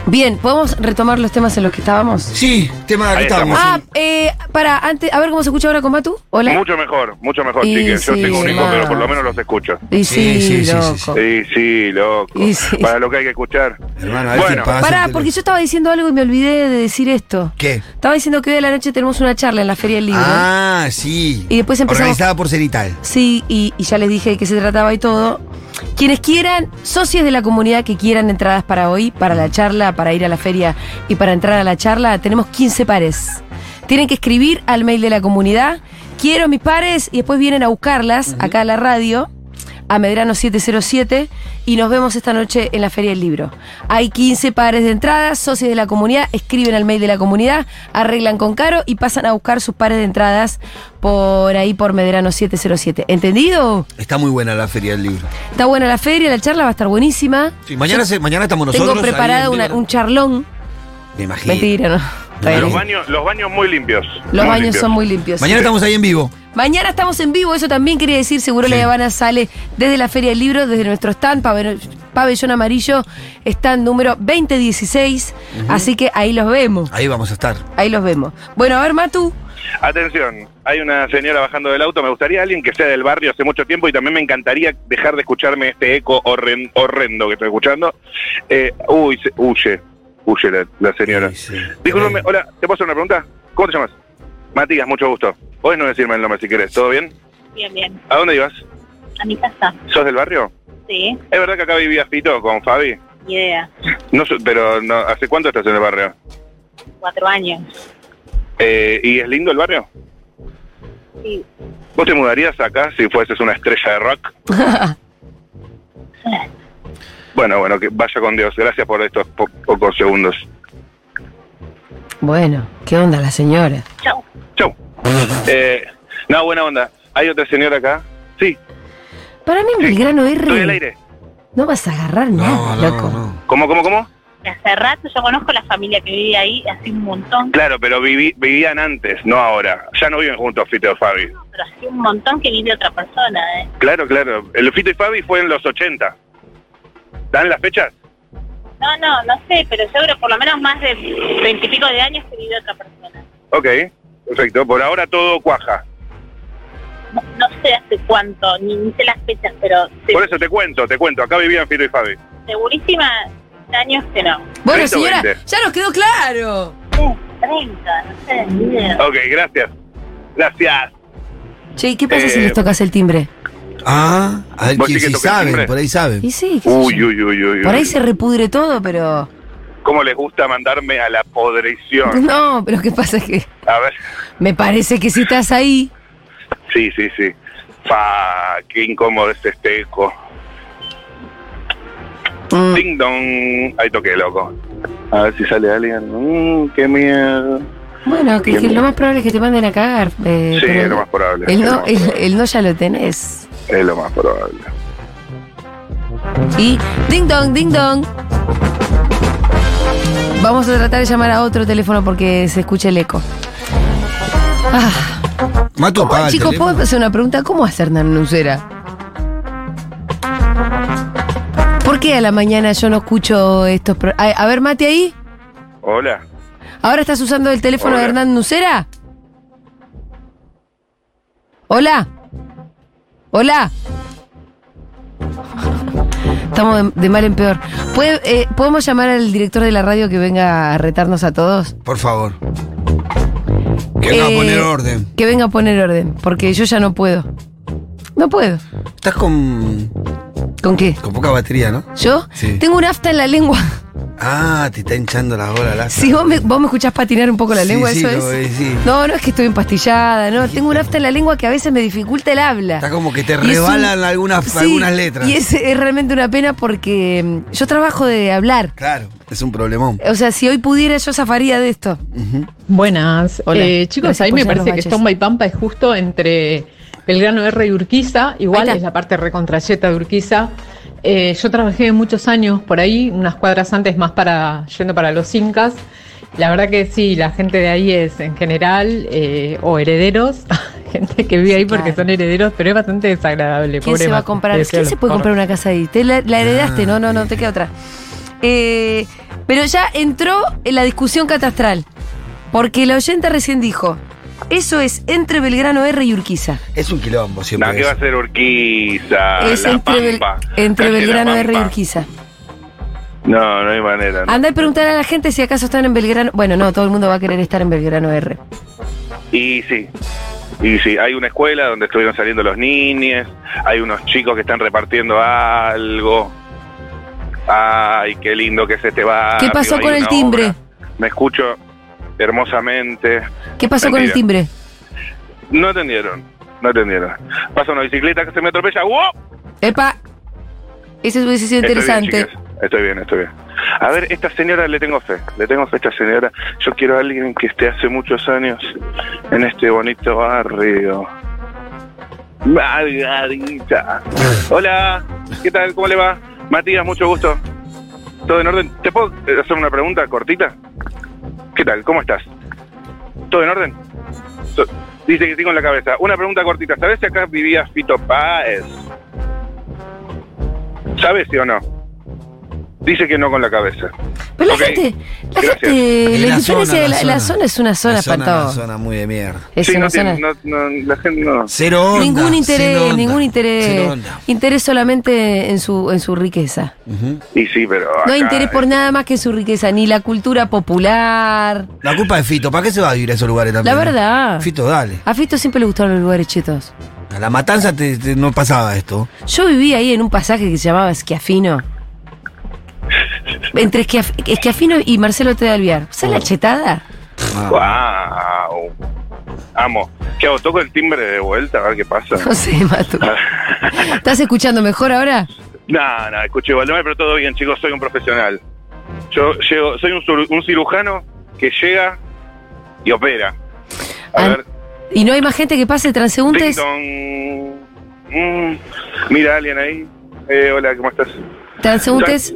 Speaker 1: Bien, ¿podemos retomar los temas en los que estábamos?
Speaker 2: Sí, tema que
Speaker 5: Ahí
Speaker 2: estábamos.
Speaker 1: Ah, eh, para, antes, a ver cómo se escucha ahora con Matu. Hola.
Speaker 5: Mucho mejor, mucho mejor,
Speaker 1: Y
Speaker 5: chiques. Yo
Speaker 1: sí,
Speaker 5: tengo un hijo,
Speaker 1: más.
Speaker 5: pero por lo menos los escucho.
Speaker 1: Y
Speaker 2: Sí, sí, sí, sí,
Speaker 1: loco.
Speaker 2: sí.
Speaker 5: Sí, sí, loco.
Speaker 1: Y sí.
Speaker 5: Para lo que hay que escuchar.
Speaker 2: Hermano, a ver
Speaker 5: Bueno.
Speaker 2: si pasa.
Speaker 1: Pará,
Speaker 2: te lo-
Speaker 1: porque yo estaba diciendo algo y me olvidé de decir esto.
Speaker 2: ¿Qué?
Speaker 1: Estaba diciendo que hoy de la noche tenemos una charla en la Feria del Libro.
Speaker 2: Ah, sí.
Speaker 1: Y después empezamos-
Speaker 2: Organizada por Cenital.
Speaker 1: Sí, y, y ya les dije de qué se trataba y todo. Quienes quieran, socios de la comunidad que quieran entradas para hoy, para la charla, para ir a la feria y para entrar a la charla, tenemos 15 pares. Tienen que escribir al mail de la comunidad, quiero mis pares, y después vienen a buscarlas acá a la radio, a Medrano 707, y nos vemos esta noche en la Feria del Libro. Hay 15 pares de entradas, socios de la comunidad, escriben al mail de la comunidad, arreglan con Caro y pasan a buscar sus pares de entradas por ahí por Medrano 707. ¿Entendido?
Speaker 2: Está muy buena la feria del libro.
Speaker 1: Está buena la feria, la charla va a estar buenísima.
Speaker 2: Sí, mañana, se- mañana estamos nosotros.
Speaker 1: Tengo
Speaker 2: ahí en
Speaker 1: preparado una-
Speaker 2: Débora.
Speaker 1: un charlón.
Speaker 2: Me imagino.
Speaker 1: Mentira, ¿no? Está bien.
Speaker 5: Los baños, los baños muy limpios.
Speaker 1: Los baños
Speaker 5: limpios.
Speaker 1: son muy limpios.
Speaker 2: Mañana estamos ahí en vivo.
Speaker 1: Mañana estamos en vivo, eso también quería decir, seguro
Speaker 2: Sí.
Speaker 1: la Habana sale desde la Feria del Libro, desde nuestro stand, pabellón, pabellón amarillo, stand número 2016, así que ahí los vemos,
Speaker 2: Ahí vamos a estar.
Speaker 1: ahí los vemos. Bueno, a ver Matu,
Speaker 5: Atención, hay una señora bajando del auto. Me gustaría alguien que sea del barrio hace mucho tiempo y también me encantaría dejar de escucharme este eco horren- horrendo que estoy escuchando. Eh, uy, se- huye, huye la, la señora.
Speaker 2: Sí, sí.
Speaker 5: Disculpame, hola, ¿te puedo hacer una pregunta? ¿Cómo te llamas? Matías, mucho gusto. Podés no decirme el nombre si querés, ¿todo bien?
Speaker 6: Bien, bien.
Speaker 5: ¿A dónde ibas?
Speaker 6: A mi casa,
Speaker 5: ¿Sos del barrio?
Speaker 6: sí. ¿eh?
Speaker 5: ¿Es verdad que acá vivías Pito con Fabi?
Speaker 6: Ni idea.
Speaker 5: No, sé, pero no, ¿hace cuánto estás en el barrio?
Speaker 6: Cuatro años.
Speaker 5: Eh, ¿Y es lindo el barrio?
Speaker 6: Sí.
Speaker 5: ¿Vos te mudarías acá si fueses una estrella de rock? bueno, bueno, que vaya con Dios. Gracias por estos po- pocos segundos.
Speaker 1: Bueno, ¿qué onda la señora?
Speaker 6: Chau.
Speaker 5: Chau. Eh, no, buena onda. Hay otra señora acá. Sí,
Speaker 1: Para mí en Belgrano
Speaker 5: estoy al
Speaker 1: R
Speaker 5: aire.
Speaker 1: no vas a agarrar
Speaker 2: No,
Speaker 1: nada,
Speaker 2: no,
Speaker 1: Ah, loco.
Speaker 2: no.
Speaker 5: ¿Cómo, cómo, cómo?
Speaker 6: Hace rato yo conozco la familia que vive ahí, hace un montón,
Speaker 5: Claro, pero vivi- vivían antes, no ahora. Ya no viven juntos, Fito y Fabi.
Speaker 6: pero hace un montón que vive otra persona, ¿eh?
Speaker 5: Claro, claro. El Fito y Fabi fue en los 80. ¿Dan las fechas?
Speaker 6: No, no, no sé, pero seguro por lo menos más de veintipico de años que vive otra persona.
Speaker 5: Ok, perfecto. Por ahora todo cuaja.
Speaker 6: No, no sé hace cuánto, ni, ni sé las fechas, pero se-
Speaker 5: Por eso te cuento, te cuento. Acá vivían Fito y Fabi.
Speaker 6: segurísima de años que no.
Speaker 1: Bueno,
Speaker 5: 30 o
Speaker 1: señora,
Speaker 5: 20.
Speaker 1: ya nos quedó claro.
Speaker 6: Sí, 30, no sé, ni idea.
Speaker 5: Ok, gracias. Gracias.
Speaker 1: Che, ¿y ¿qué pasa si
Speaker 5: Eh,
Speaker 1: les tocas el timbre?
Speaker 2: Ah, a ver
Speaker 5: ¿Vos
Speaker 2: quién
Speaker 5: sí que
Speaker 2: sí
Speaker 5: toqué el
Speaker 2: saben,
Speaker 5: timbre?
Speaker 2: por ahí saben.
Speaker 1: Y sí, qué sé
Speaker 5: Uy,
Speaker 1: yo.
Speaker 5: uy, uy, uy.
Speaker 1: Por ahí
Speaker 5: uy.
Speaker 1: se repudre todo, pero.
Speaker 5: ¿Cómo les gusta mandarme a la podrición?
Speaker 1: No, pero ¿qué pasa? Que
Speaker 5: A ver.
Speaker 1: me parece que si estás ahí.
Speaker 5: Sí, sí, sí. Fa, qué incómodo es este eco.
Speaker 1: mm,
Speaker 5: Ding dong. Ahí toqué, loco. A ver si sale alguien. Mm, qué miedo.
Speaker 1: Bueno, que, que lo más probable es que te manden a cagar. eh,
Speaker 5: sí,
Speaker 1: pero
Speaker 5: es lo más probable.
Speaker 1: el, no,
Speaker 5: es, lo más
Speaker 1: el,
Speaker 5: probable.
Speaker 1: el no ya lo tenés.
Speaker 5: Es lo más probable.
Speaker 1: Y ding dong, ding dong. Vamos a tratar de llamar a otro teléfono porque se escucha el eco. Ah,
Speaker 2: Mato,
Speaker 1: ¿cómo-
Speaker 2: apaga Ah, el
Speaker 1: chicos,
Speaker 2: teléfono.
Speaker 1: ¿puedo hacer una pregunta? ¿Cómo hace Hernán Nucera? ¿Por qué a la mañana yo no escucho estos pro- a, a ver, Mate ahí.
Speaker 5: Hola.
Speaker 1: ¿Ahora estás usando el teléfono de
Speaker 5: Hola.
Speaker 1: Hernán Nucera? Hola. Hola. Estamos de, de mal en peor. ¿Puede- eh, ¿Podemos llamar al director de la radio que venga a retarnos a todos?
Speaker 2: Por favor. Que va a
Speaker 1: Eh,
Speaker 2: poner orden.
Speaker 1: Que venga a poner orden, porque yo ya no puedo. No puedo.
Speaker 2: Estás con,
Speaker 1: ¿Con qué?
Speaker 2: con poca batería, ¿no?
Speaker 1: ¿Yo?
Speaker 2: Sí.
Speaker 1: Tengo un afta en la lengua.
Speaker 2: Ah, te está hinchando la bola, la.
Speaker 1: Si vos me, vos me escuchás patinar un poco la
Speaker 2: Sí,
Speaker 1: lengua,
Speaker 2: sí,
Speaker 1: eso
Speaker 2: lo
Speaker 1: es.
Speaker 2: ves, sí.
Speaker 1: No, no es que estoy empastillada, no. Tengo un afta en la lengua que a veces me dificulta el habla.
Speaker 2: Está como que te
Speaker 1: Y es un-
Speaker 2: rebalan algunas,
Speaker 1: Sí,
Speaker 2: algunas letras.
Speaker 1: Y es, es realmente una pena porque mm, yo trabajo de hablar.
Speaker 2: Claro, es un problemón.
Speaker 1: O sea, si hoy pudiera, yo zafaría de esto.
Speaker 2: Ujú.
Speaker 7: Buenas.
Speaker 1: Hola.
Speaker 7: Eh, chicos,
Speaker 1: Gracias
Speaker 7: ahí
Speaker 1: por
Speaker 7: me
Speaker 1: llegar los
Speaker 7: parece que
Speaker 1: baches.
Speaker 7: Stonewall Pampa es justo entre Belgrano R y Urquiza.
Speaker 1: Ahí
Speaker 7: Igual
Speaker 1: está.
Speaker 7: es la parte recontrayeta de Urquiza. Eh, yo trabajé muchos años por ahí, unas cuadras antes más para yendo para los Incas. La verdad que sí, la gente de ahí es en general, eh, o herederos, gente que vive ahí porque
Speaker 1: Claro.
Speaker 7: son herederos, pero es bastante desagradable.
Speaker 1: ¿Quién
Speaker 7: pobre
Speaker 1: se va a
Speaker 7: Max,
Speaker 1: comprar?
Speaker 7: decía
Speaker 1: ¿Quién
Speaker 7: el
Speaker 1: se puede
Speaker 7: porro.
Speaker 1: comprar una casa ahí? Te la, la heredaste,
Speaker 2: Ah,
Speaker 1: no, no, no, te queda otra. Eh, pero ya entró en la discusión catastral. Porque la oyenta recién dijo: Eso es entre Belgrano R y Urquiza.
Speaker 2: Es un quilombo siempre.
Speaker 5: No, ¿Qué va a
Speaker 2: eso.
Speaker 5: ser Urquiza?
Speaker 1: es
Speaker 5: La
Speaker 1: entre, Bel-
Speaker 5: Pampa.
Speaker 1: entre
Speaker 5: Calle La
Speaker 1: Belgrano R y
Speaker 5: Pampa.
Speaker 1: Urquiza.
Speaker 5: No, no hay manera. no.
Speaker 1: Anda y preguntar a la gente si acaso están en Belgrano. Bueno, no, todo el mundo va a querer estar en Belgrano R.
Speaker 5: Y sí. Y sí, hay una escuela donde estuvieron saliendo los niños, hay unos chicos que están repartiendo algo. Ay, qué lindo que es este bar.
Speaker 1: ¿Qué pasó con el timbre?
Speaker 5: Me escucho hermosamente.
Speaker 1: ¿Qué pasó con el
Speaker 5: Mentira.
Speaker 1: timbre?
Speaker 5: No atendieron, no atendieron. Pasa una bicicleta que se me atropella. ¡Wow!
Speaker 1: Epa, eso hubiese sido
Speaker 5: Estoy bien,
Speaker 1: interesante.
Speaker 5: chicas. estoy bien, estoy bien. A ver, esta señora le tengo fe, le tengo fe a esta señora. Yo quiero a alguien que esté hace muchos años en este bonito barrio. Margarita. Hola, ¿qué tal? ¿Cómo le va? Matías, mucho gusto. ¿Todo en orden? ¿Te puedo eh, hacer una pregunta cortita? ¿Qué tal? ¿Cómo estás? ¿Todo en orden? To- Dice que sí con la cabeza. Una pregunta cortita. ¿Sabes si acá vivía Fito Páez? ¿Sabes sí o no? Dice que no con la cabeza.
Speaker 1: Pero la
Speaker 5: Ok,
Speaker 1: gente, la
Speaker 5: gracias.
Speaker 1: gente,
Speaker 2: Y
Speaker 1: la,
Speaker 2: la
Speaker 1: diferencia
Speaker 2: zona,
Speaker 1: de
Speaker 2: la
Speaker 1: la, la
Speaker 2: zona.
Speaker 1: zona es una zona
Speaker 2: La
Speaker 1: para
Speaker 2: zona,
Speaker 1: todo.
Speaker 2: una zona muy de mierda.
Speaker 1: Es
Speaker 5: sí,
Speaker 1: una
Speaker 5: no tiene,
Speaker 1: zona-
Speaker 5: no- no, la gente no.
Speaker 2: Cero onda.
Speaker 1: ningún interés,
Speaker 2: cero onda,
Speaker 1: ningún interés.
Speaker 2: cero onda.
Speaker 1: Interés solamente en su, en su riqueza.
Speaker 2: Ujú.
Speaker 5: Y sí, pero.
Speaker 1: No
Speaker 5: acá-
Speaker 1: hay interés por nada más que su riqueza, ni la cultura popular.
Speaker 2: La culpa de Fito. ¿Para qué se va a vivir a esos lugares
Speaker 1: La
Speaker 2: también? eh?
Speaker 1: verdad.
Speaker 2: Fito, dale.
Speaker 1: A Fito siempre le gustaron los lugares chetos.
Speaker 2: A la matanza te- te- no pasaba esto.
Speaker 1: Yo vivía ahí en un pasaje que se llamaba Esquiafino. Entre Esquiaf- Esquiafino y Marcelo T. de Alvear. ¿Sabes la chetada?
Speaker 5: ¡Wow! Amo. ¿Qué hago? ¿Toco el timbre de vuelta? A ver qué pasa.
Speaker 1: No sé, Matu. ¿Estás escuchando mejor ahora?
Speaker 5: No, no, escuché Valdemar, pero todo bien, chicos, soy un profesional. Yo llego, soy un, sur- un cirujano que llega y opera. A
Speaker 1: Ah,
Speaker 5: ver,
Speaker 1: ¿Y no hay más gente que pase transeúntes?
Speaker 5: ding dong. Mm, mira, alguien ahí. Eh, hola, ¿cómo estás?
Speaker 1: ¿Transeúntes?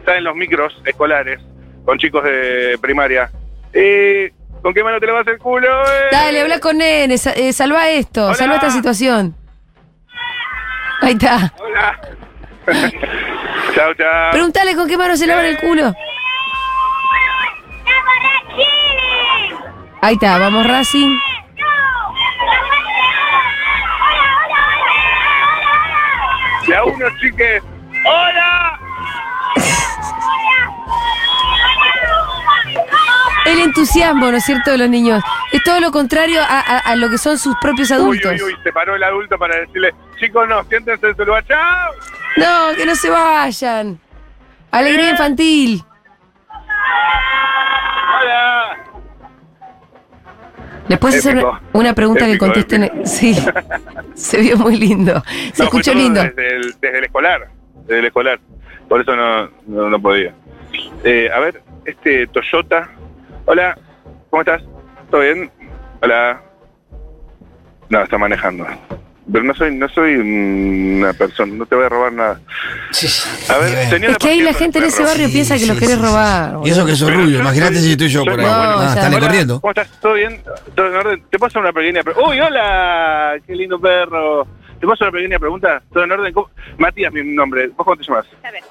Speaker 5: Está en los micros escolares con chicos de primaria. Eh, ¿Con qué mano te lavas el culo? eh?
Speaker 1: Dale, habla con nenes, sa- eh, salva esto,
Speaker 5: Hola.
Speaker 1: salva esta situación. Ahí está.
Speaker 5: Hola. chao, chao.
Speaker 1: Preguntale con qué mano se lavan el culo. Ahí está, vamos Racing.
Speaker 5: La uno, chiques. ¡Hola!
Speaker 1: El entusiasmo, ¿no es cierto?, de los niños. Es todo lo contrario a, a- a lo que son sus propios
Speaker 5: Uy,
Speaker 1: adultos.
Speaker 5: uy, uy, se paró el adulto para decirle, chicos, no, siéntense en su lugar. ¡Chao!
Speaker 1: No, que no se vayan.
Speaker 5: Eh.
Speaker 1: Alegría infantil.
Speaker 5: ¡Hola!
Speaker 1: ¿Les puedes hacer
Speaker 5: Épico.
Speaker 1: una pregunta que
Speaker 5: Épico,
Speaker 1: contesten? Sí, se vio muy lindo. Se
Speaker 5: No, pues, fue
Speaker 1: escuchó
Speaker 5: todo
Speaker 1: lindo.
Speaker 5: Desde el, desde el escolar, desde el escolar. Por eso no, no, no podía. Eh, a ver, este Toyota. Hola, ¿cómo estás? ¿Todo bien? Hola. No, está manejando. Pero no soy, no soy una persona, no te voy a robar nada. A ver,
Speaker 2: Bien.
Speaker 5: señora,
Speaker 1: Es que ahí la
Speaker 5: paseando
Speaker 1: gente en
Speaker 5: el
Speaker 1: ese
Speaker 5: perro.
Speaker 1: barrio piensa que lo querés robar.
Speaker 2: Y eso que soy
Speaker 5: Pero
Speaker 2: rubio,
Speaker 5: yo
Speaker 2: imagínate
Speaker 5: soy-
Speaker 2: si estoy yo
Speaker 5: soy
Speaker 2: por ahí.
Speaker 1: muy bueno.
Speaker 2: ah,
Speaker 1: No,
Speaker 2: sale
Speaker 1: ya.
Speaker 5: Hola,
Speaker 2: corriendo.
Speaker 5: ¿Cómo estás? ¿Todo bien? ¿Todo en orden? Te paso una pequeña pregunta. ¡Uy, hola! ¡Qué lindo perro! Te paso una pequeña pregunta. ¿Todo en orden? ¿Cómo- Matías, mi nombre. ¿Vos cómo te llamas?
Speaker 6: Isabel,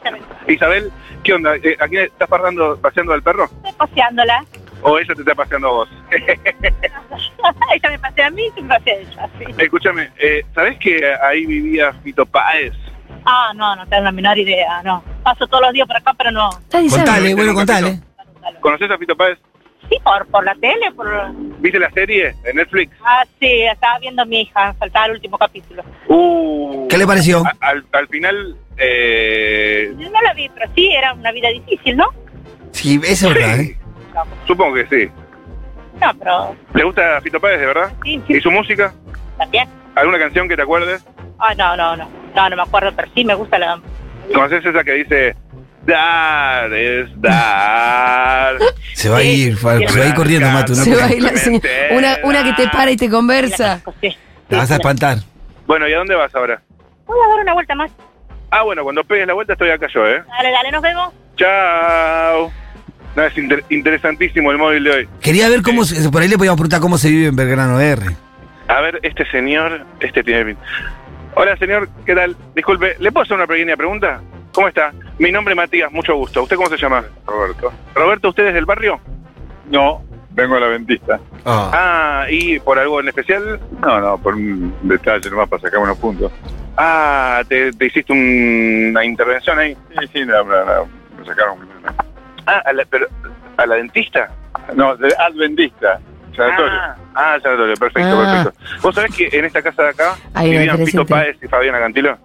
Speaker 6: Isabel,
Speaker 5: Isabel, ¿qué onda? Eh, ¿A quién estás pasando, paseando al perro?
Speaker 6: estoy paseándola.
Speaker 5: ¿O ella te está paseando a vos?
Speaker 6: ella me pasea a mí y me pasea a ella, sí.
Speaker 5: Escúchame, eh, ¿sabés que ahí vivía Fito Páez?
Speaker 6: Ah, no, no tengo la menor idea, no. Paso todos los días por acá, pero no.
Speaker 1: Nadie sabe.
Speaker 2: Contale, bueno, contale.
Speaker 5: ¿Conoces a Fito Páez?
Speaker 6: Sí, por, por la tele, por...
Speaker 5: ¿Viste la serie en Netflix?
Speaker 6: Ah, sí, estaba viendo a mi hija, faltaba el último capítulo.
Speaker 5: Uh,
Speaker 2: ¿Qué le pareció?
Speaker 5: a- al, al final, eh,
Speaker 6: Yo no la vi, pero sí, era una vida difícil, ¿no?
Speaker 2: Sí, eso es verdad, ¿eh?
Speaker 5: supongo que sí.
Speaker 6: No, pero
Speaker 5: ¿Te gusta Fito Páez, de verdad?
Speaker 6: sí,
Speaker 5: ¿Y
Speaker 6: sí,
Speaker 5: su música?
Speaker 6: también.
Speaker 5: ¿Alguna canción que te acuerdes?
Speaker 6: Ah, no, no, no. No, no me acuerdo, pero sí me gusta la...
Speaker 5: ¿Conoces esa que dice dar es dar?
Speaker 2: Se va a ir, fa- se va a ir corriendo,
Speaker 5: eh,
Speaker 2: Matu. No
Speaker 1: Eh, Se
Speaker 2: Porque
Speaker 1: va a ir la señora. Una, una que te para y te conversa.
Speaker 6: la- sí.
Speaker 2: Te vas a espantar.
Speaker 5: Bueno, ¿y a dónde vas ahora?
Speaker 6: Voy a dar una vuelta más.
Speaker 5: Ah, bueno, cuando pegues la vuelta estoy acá yo, ¿eh?
Speaker 6: Dale, dale, nos vemos.
Speaker 5: Chao. No, es inter- interesantísimo el móvil de hoy.
Speaker 2: Quería ver cómo, se- por ahí le podíamos preguntar cómo se vive en Belgrano R.
Speaker 5: A ver, este señor, este tiene pin- Hola, señor, ¿qué tal? Disculpe, ¿le puedo hacer una pequeña pregunta? ¿Cómo está? Mi nombre es Matías, mucho gusto. ¿Usted cómo se llama? Roberto. Roberto, ¿usted es del barrio?
Speaker 8: No, vengo a la ventista.
Speaker 2: Ah,
Speaker 5: Ah, ¿y por algo en especial?
Speaker 8: No, no, por un detalle nomás para sacar unos puntos.
Speaker 5: Ah, te, te hiciste un- una intervención ahí.
Speaker 8: Sí, sí, no, no, no, me sacaron. una-
Speaker 5: Ah, a la, pero, ¿a la dentista?
Speaker 8: No, de adventista. sanatorio.
Speaker 5: Ah, ah, sanatorio, perfecto,
Speaker 1: Ah.
Speaker 5: perfecto. ¿Vos sabés que en esta casa de acá
Speaker 1: Ahí va,
Speaker 5: vivían Pito
Speaker 1: interesante.
Speaker 5: Páez y Fabiana Cantilo?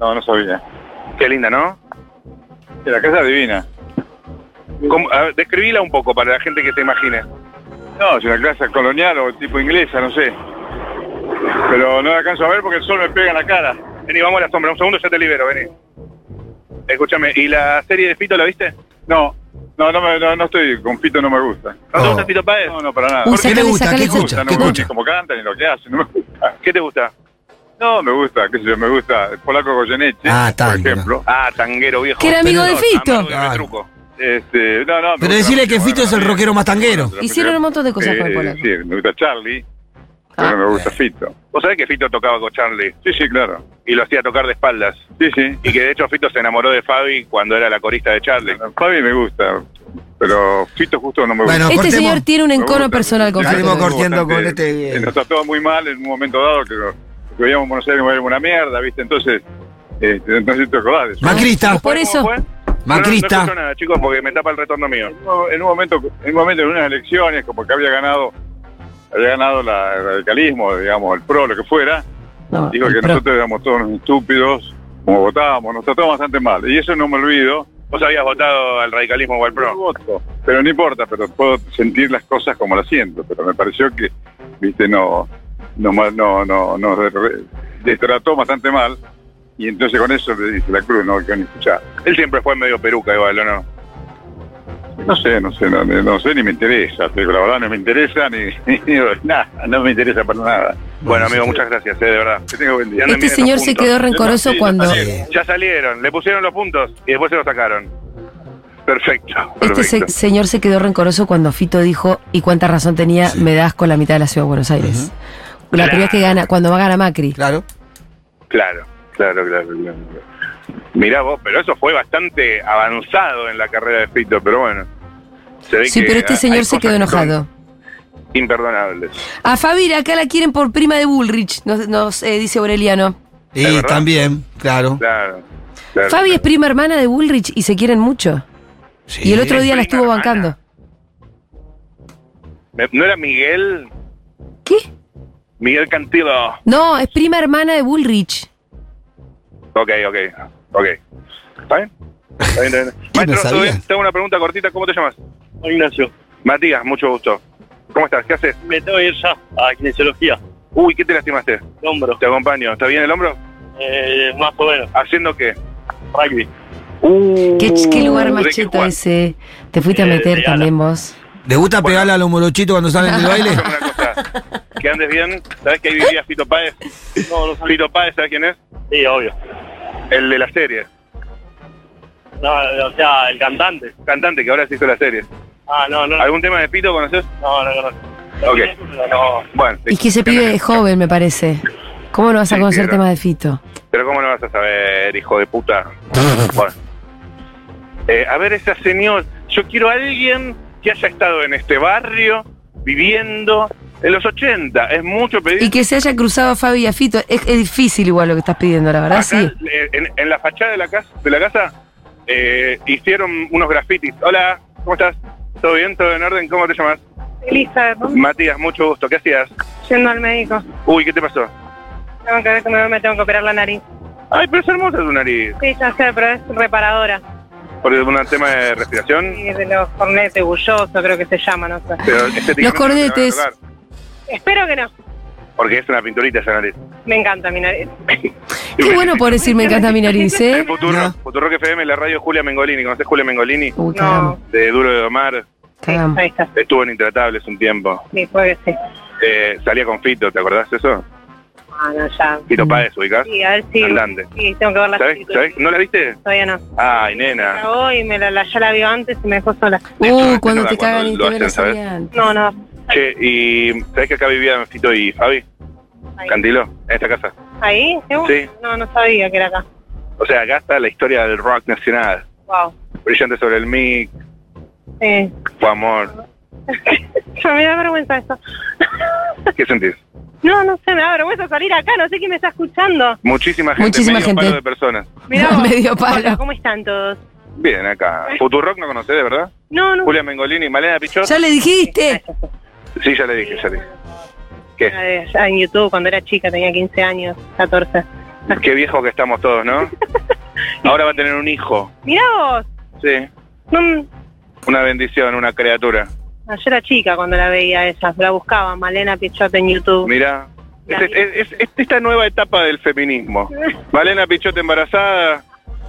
Speaker 8: No, no sabía.
Speaker 5: Qué linda, ¿no?
Speaker 8: Y La casa divina.
Speaker 5: ¿Cómo? A ver, describila un poco para la gente que se imagine.
Speaker 8: No, es una casa colonial o tipo inglesa, no sé. Pero no la alcanzo a ver porque el sol me pega en la cara.
Speaker 5: Vení, vamos a la sombra, un segundo ya te libero, vení. Escúchame, ¿y la serie de Fito la viste?
Speaker 8: No, no, no, me- no, no estoy, con Pito no me gusta.
Speaker 5: ¿No te
Speaker 2: Oh.
Speaker 5: gusta Fito Páez?
Speaker 8: No, no, para nada.
Speaker 1: Uy,
Speaker 8: ¿Por
Speaker 2: ¿Qué le
Speaker 1: Sacale,
Speaker 2: gusta?
Speaker 1: sacale,
Speaker 2: ¿Qué
Speaker 8: qué me gusta?
Speaker 1: escucha,
Speaker 2: escucha?
Speaker 8: No
Speaker 2: ¿Qué
Speaker 8: me gusta
Speaker 2: escucha?
Speaker 8: ni cómo cantan ni lo que hacen. No me gusta.
Speaker 5: ¿Qué te gusta?
Speaker 8: No, me gusta, qué sé yo, me gusta el polaco Goyeneche,
Speaker 2: Ah,
Speaker 8: por
Speaker 2: tango,
Speaker 8: ejemplo.
Speaker 5: Ah, tanguero viejo.
Speaker 1: Que era amigo de
Speaker 5: No,
Speaker 1: Fito.
Speaker 5: amargo de
Speaker 2: Claro.
Speaker 5: Petruco.
Speaker 8: Este, no, no, me
Speaker 2: Pero
Speaker 8: gusta
Speaker 2: decirle
Speaker 8: la música
Speaker 2: que Fito
Speaker 8: moderna
Speaker 2: es el
Speaker 8: también.
Speaker 2: rockero más tanguero.
Speaker 1: Hicieron un montón de cosas con el
Speaker 8: Eh,
Speaker 1: polaco.
Speaker 8: Sí, me gusta Charlie, pero
Speaker 1: Ah.
Speaker 8: no me gusta Fito.
Speaker 5: Vos sabés que Fito tocaba con Charlie
Speaker 8: Sí, sí, claro.
Speaker 5: y lo hacía tocar de espaldas.
Speaker 8: Sí, sí.
Speaker 5: Y que de hecho Fito se enamoró de Fabi cuando era la corista de Charlie.
Speaker 8: Fabi me gusta, pero Fito justo no me gusta.
Speaker 2: Bueno,
Speaker 1: Este
Speaker 2: cortemos.
Speaker 1: señor tiene un
Speaker 8: Me
Speaker 1: encono
Speaker 8: gusta.
Speaker 1: personal con
Speaker 8: Ya
Speaker 2: Fito.
Speaker 1: Fito.
Speaker 2: Salimos
Speaker 8: estuvo
Speaker 2: corriendo
Speaker 8: bastante-
Speaker 2: con este-
Speaker 8: eh, Nos trataba muy mal en un momento dado, que lo lo que veíamos en Buenos Aires era una mierda, ¿viste? Entonces, eh, no sé si te acordás de eso.
Speaker 2: Macrista.
Speaker 1: Por
Speaker 5: ¿Cómo
Speaker 1: eso.
Speaker 5: fue?
Speaker 2: Macrista.
Speaker 5: No, no, no escucho nada, chicos, porque me tapa el retorno mío.
Speaker 8: En un- en un momento, en un momento, en unas elecciones, como que había ganado, había ganado la, el radicalismo, digamos, el PRO, lo que fuera,
Speaker 1: No,
Speaker 8: dijo
Speaker 1: Ah, el
Speaker 8: que
Speaker 1: pro.
Speaker 8: nosotros éramos todos unos estúpidos, como votábamos, nos tratábamos bastante mal. Y eso no me olvido,
Speaker 5: Vos habías votado al radicalismo o al
Speaker 8: pero,
Speaker 5: pro.
Speaker 8: pero no importa, pero puedo sentir las cosas como las siento, pero me pareció que, viste, no, no, ma- no, no, no, re- destrató bastante mal. Y entonces con eso le dice la cruz, no, que ni escuchar.
Speaker 5: Él siempre fue medio peruca igual, ¿o no?
Speaker 8: No sé, no sé, no, no sé, ni me interesa. te digo, La verdad no me interesa, ni, ni- nada, no me interesa para nada.
Speaker 5: Bueno, amigo, muchas gracias, eh, de verdad. Que tenga buen día. Anden
Speaker 1: Este
Speaker 5: bien
Speaker 1: señor
Speaker 5: los
Speaker 1: se
Speaker 5: puntos.
Speaker 1: quedó rencoroso
Speaker 8: Sí,
Speaker 1: cuando.
Speaker 8: sí.
Speaker 1: Este
Speaker 5: Ya salieron, le pusieron los puntos y después se los sacaron. Perfecto,
Speaker 1: Este se-
Speaker 5: perfecto.
Speaker 1: señor se quedó rencoroso cuando Fito dijo, y cuánta razón tenía, me das con la mitad de la ciudad de Buenos Aires. La primera que gana, cuando va a ganar Macri.
Speaker 2: Claro.
Speaker 5: Claro, claro, claro, claro. Mirá vos, pero eso fue bastante avanzado en la carrera de Fito, pero bueno. Se ve
Speaker 1: Sí,
Speaker 5: que
Speaker 1: pero este
Speaker 5: hay
Speaker 1: señor se
Speaker 5: cosas
Speaker 1: quedó
Speaker 5: que son
Speaker 1: enojado.
Speaker 5: Imperdonables.
Speaker 1: A Fabi, acá la quieren por prima de Bullrich, nos, nos, eh, dice Aureliano.
Speaker 5: ¿Es
Speaker 9: Y
Speaker 5: verdad?
Speaker 9: también, claro.
Speaker 5: Claro. claro.
Speaker 1: Fabi es prima hermana de Bullrich y se quieren mucho.
Speaker 9: Sí.
Speaker 1: Y el otro
Speaker 5: es
Speaker 1: día la
Speaker 5: prima
Speaker 1: estuvo
Speaker 5: hermana.
Speaker 1: bancando.
Speaker 5: Me- ¿No era Miguel?
Speaker 1: ¿Qué?
Speaker 5: Miguel Cantilo.
Speaker 1: No, es prima hermana de Bullrich.
Speaker 5: Ok, ok, ok. ¿Está bien? Está bien, está bien.
Speaker 9: ¿Quién lo
Speaker 5: Maestro, ¿todo
Speaker 9: sabía?
Speaker 5: bien? tengo una pregunta cortita. ¿Cómo te llamas?
Speaker 10: Ignacio,
Speaker 5: Matías, mucho gusto. ¿Cómo estás? ¿Qué haces?
Speaker 10: me tengo que ir ya a kinesiología,
Speaker 5: Uy, ¿qué te lastimaste?
Speaker 10: el hombro,
Speaker 5: Te acompaño. ¿Está bien el hombro?
Speaker 10: eh, más o menos,
Speaker 5: ¿Haciendo qué?
Speaker 10: rugby.
Speaker 1: Qué, ch- qué lugar
Speaker 5: Uh, ¿de qué
Speaker 1: macheto
Speaker 5: jugás?
Speaker 1: ese. Te fuiste a
Speaker 10: Eh,
Speaker 1: meter
Speaker 10: de ala.
Speaker 1: también vos.
Speaker 9: ¿Le gusta pegarle a los morochitos cuando salen del baile?
Speaker 5: Escuchame una cosa. Que andes bien. ¿Sabes que ahí vivía Fito Páez?
Speaker 10: No, no sabía.
Speaker 5: Fito Páez, ¿sabes quién es?
Speaker 10: Sí, obvio.
Speaker 5: El de la serie.
Speaker 10: No, o sea, el cantante.
Speaker 5: Cantante que ahora se hizo la serie.
Speaker 10: Ah, no, no, no,
Speaker 5: ¿Algún tema de Fito conoces?
Speaker 10: no, no. no.
Speaker 5: Ok.
Speaker 10: No, no.
Speaker 5: Bueno.
Speaker 1: Y que ese pibe es joven, me parece. ¿Cómo no vas a
Speaker 5: Sí,
Speaker 1: conocer
Speaker 5: sí,
Speaker 1: temas de Fito?
Speaker 5: Pero ¿cómo no vas a saber, hijo de puta? Bueno. Eh, a ver, esa señor, yo quiero a alguien que haya estado en este barrio, viviendo en los 80. Es mucho pedir.
Speaker 1: Y que se haya cruzado a Fabi y a Fito. Es, es difícil igual lo que estás pidiendo, la verdad,
Speaker 5: Acá,
Speaker 1: sí.
Speaker 5: eh, en, en la fachada de la casa, de la casa eh, hicieron unos grafitis. Hola, ¿cómo estás? ¿Todo bien? ¿Todo en orden? ¿Cómo te llamas?
Speaker 6: Elizabeth,
Speaker 5: Matías, mucho gusto. ¿Qué hacías?
Speaker 6: yendo al médico.
Speaker 5: Uy, ¿qué te pasó?
Speaker 6: Tengo que ver que me tengo que operar la nariz.
Speaker 5: Ay, pero es hermosa tu nariz.
Speaker 6: Sí, ya sé, pero es reparadora.
Speaker 5: Por un tema de respiración.
Speaker 6: Sí, de los cornetes bullosos, creo que se llama, no sé.
Speaker 5: Pero estéticamente
Speaker 1: Los cornetes.
Speaker 5: no te van a tocar,
Speaker 6: Espero que no.
Speaker 5: Porque es una pinturita esa nariz.
Speaker 6: Me encanta mi nariz.
Speaker 1: Qué bueno por decir me encanta mi nariz, ¿eh?
Speaker 5: En Futuro,
Speaker 9: No.
Speaker 5: Futuro Rock FM, la radio Julia Mengolini. ¿Conoces Julia Mengolini?
Speaker 1: Uy,
Speaker 6: No,
Speaker 1: caramba,
Speaker 5: De Duro de Omar.
Speaker 6: sí,
Speaker 1: caramba.
Speaker 6: ahí está.
Speaker 5: Estuvo en Intratables un tiempo.
Speaker 6: Sí, puede que sí.
Speaker 5: Eh, salía con Fito, ¿te acordás de eso?
Speaker 6: Ah, no, ya.
Speaker 1: Mm.
Speaker 5: Fito Páez, ubicás.
Speaker 6: Sí, a ver si.
Speaker 5: Andante.
Speaker 6: Sí, tengo que ver la
Speaker 5: ¿Sabés?
Speaker 6: película.
Speaker 5: ¿Sabés? ¿No la viste?
Speaker 6: Todavía no.
Speaker 5: Ay,
Speaker 6: Me
Speaker 5: nena.
Speaker 6: cagó y me la, la- ya la vio antes y me dejó sola.
Speaker 1: Uh, cuando te
Speaker 5: Cuando
Speaker 1: cagan y
Speaker 5: lo
Speaker 1: te ven
Speaker 5: hacen,
Speaker 1: los
Speaker 5: ¿sabes?
Speaker 1: aliantes.
Speaker 6: No, no.
Speaker 5: Che, y ¿sabés que acá vivían Fito y Fabi?
Speaker 6: Ahí.
Speaker 5: Cantilo, en esta casa.
Speaker 6: ¿Ahí? ¿Seguro?
Speaker 5: Sí.
Speaker 6: No, no sabía que era acá.
Speaker 5: O sea, acá está la historia del rock nacional.
Speaker 6: Wow.
Speaker 5: Brillante sobre el mic,
Speaker 6: Sí.
Speaker 5: fue amor.
Speaker 6: Yo me da vergüenza eso.
Speaker 5: ¿Qué sentís?
Speaker 6: No, no sé, me da vergüenza salir acá, no sé quién me está escuchando.
Speaker 5: Muchísima gente,
Speaker 1: Muchísima
Speaker 5: medio
Speaker 1: gente.
Speaker 5: palo de personas.
Speaker 6: Mirá vos.
Speaker 1: Medio
Speaker 6: Hola,
Speaker 1: palo.
Speaker 6: ¿cómo están todos?
Speaker 5: Bien, acá. Futurock no conocés, de verdad.
Speaker 6: No, no.
Speaker 5: Julia Mengolini, Malena Pichot.
Speaker 1: Ya le dijiste.
Speaker 5: Sí, ya le dije, ya le dije. ¿Qué?
Speaker 6: Eh, ya en YouTube cuando era chica, tenía 15 años, 14.
Speaker 5: Qué viejos que estamos todos, ¿no? Ahora va a tener un hijo.
Speaker 6: Mirá vos.
Speaker 5: Sí.
Speaker 6: No,
Speaker 5: Una bendición, una criatura.
Speaker 6: no, yo era chica cuando la veía esa, la buscaba, Malena Pichot en YouTube.
Speaker 5: Mirá. Es, es- es- es esta nueva etapa del feminismo. Malena Pichot embarazada,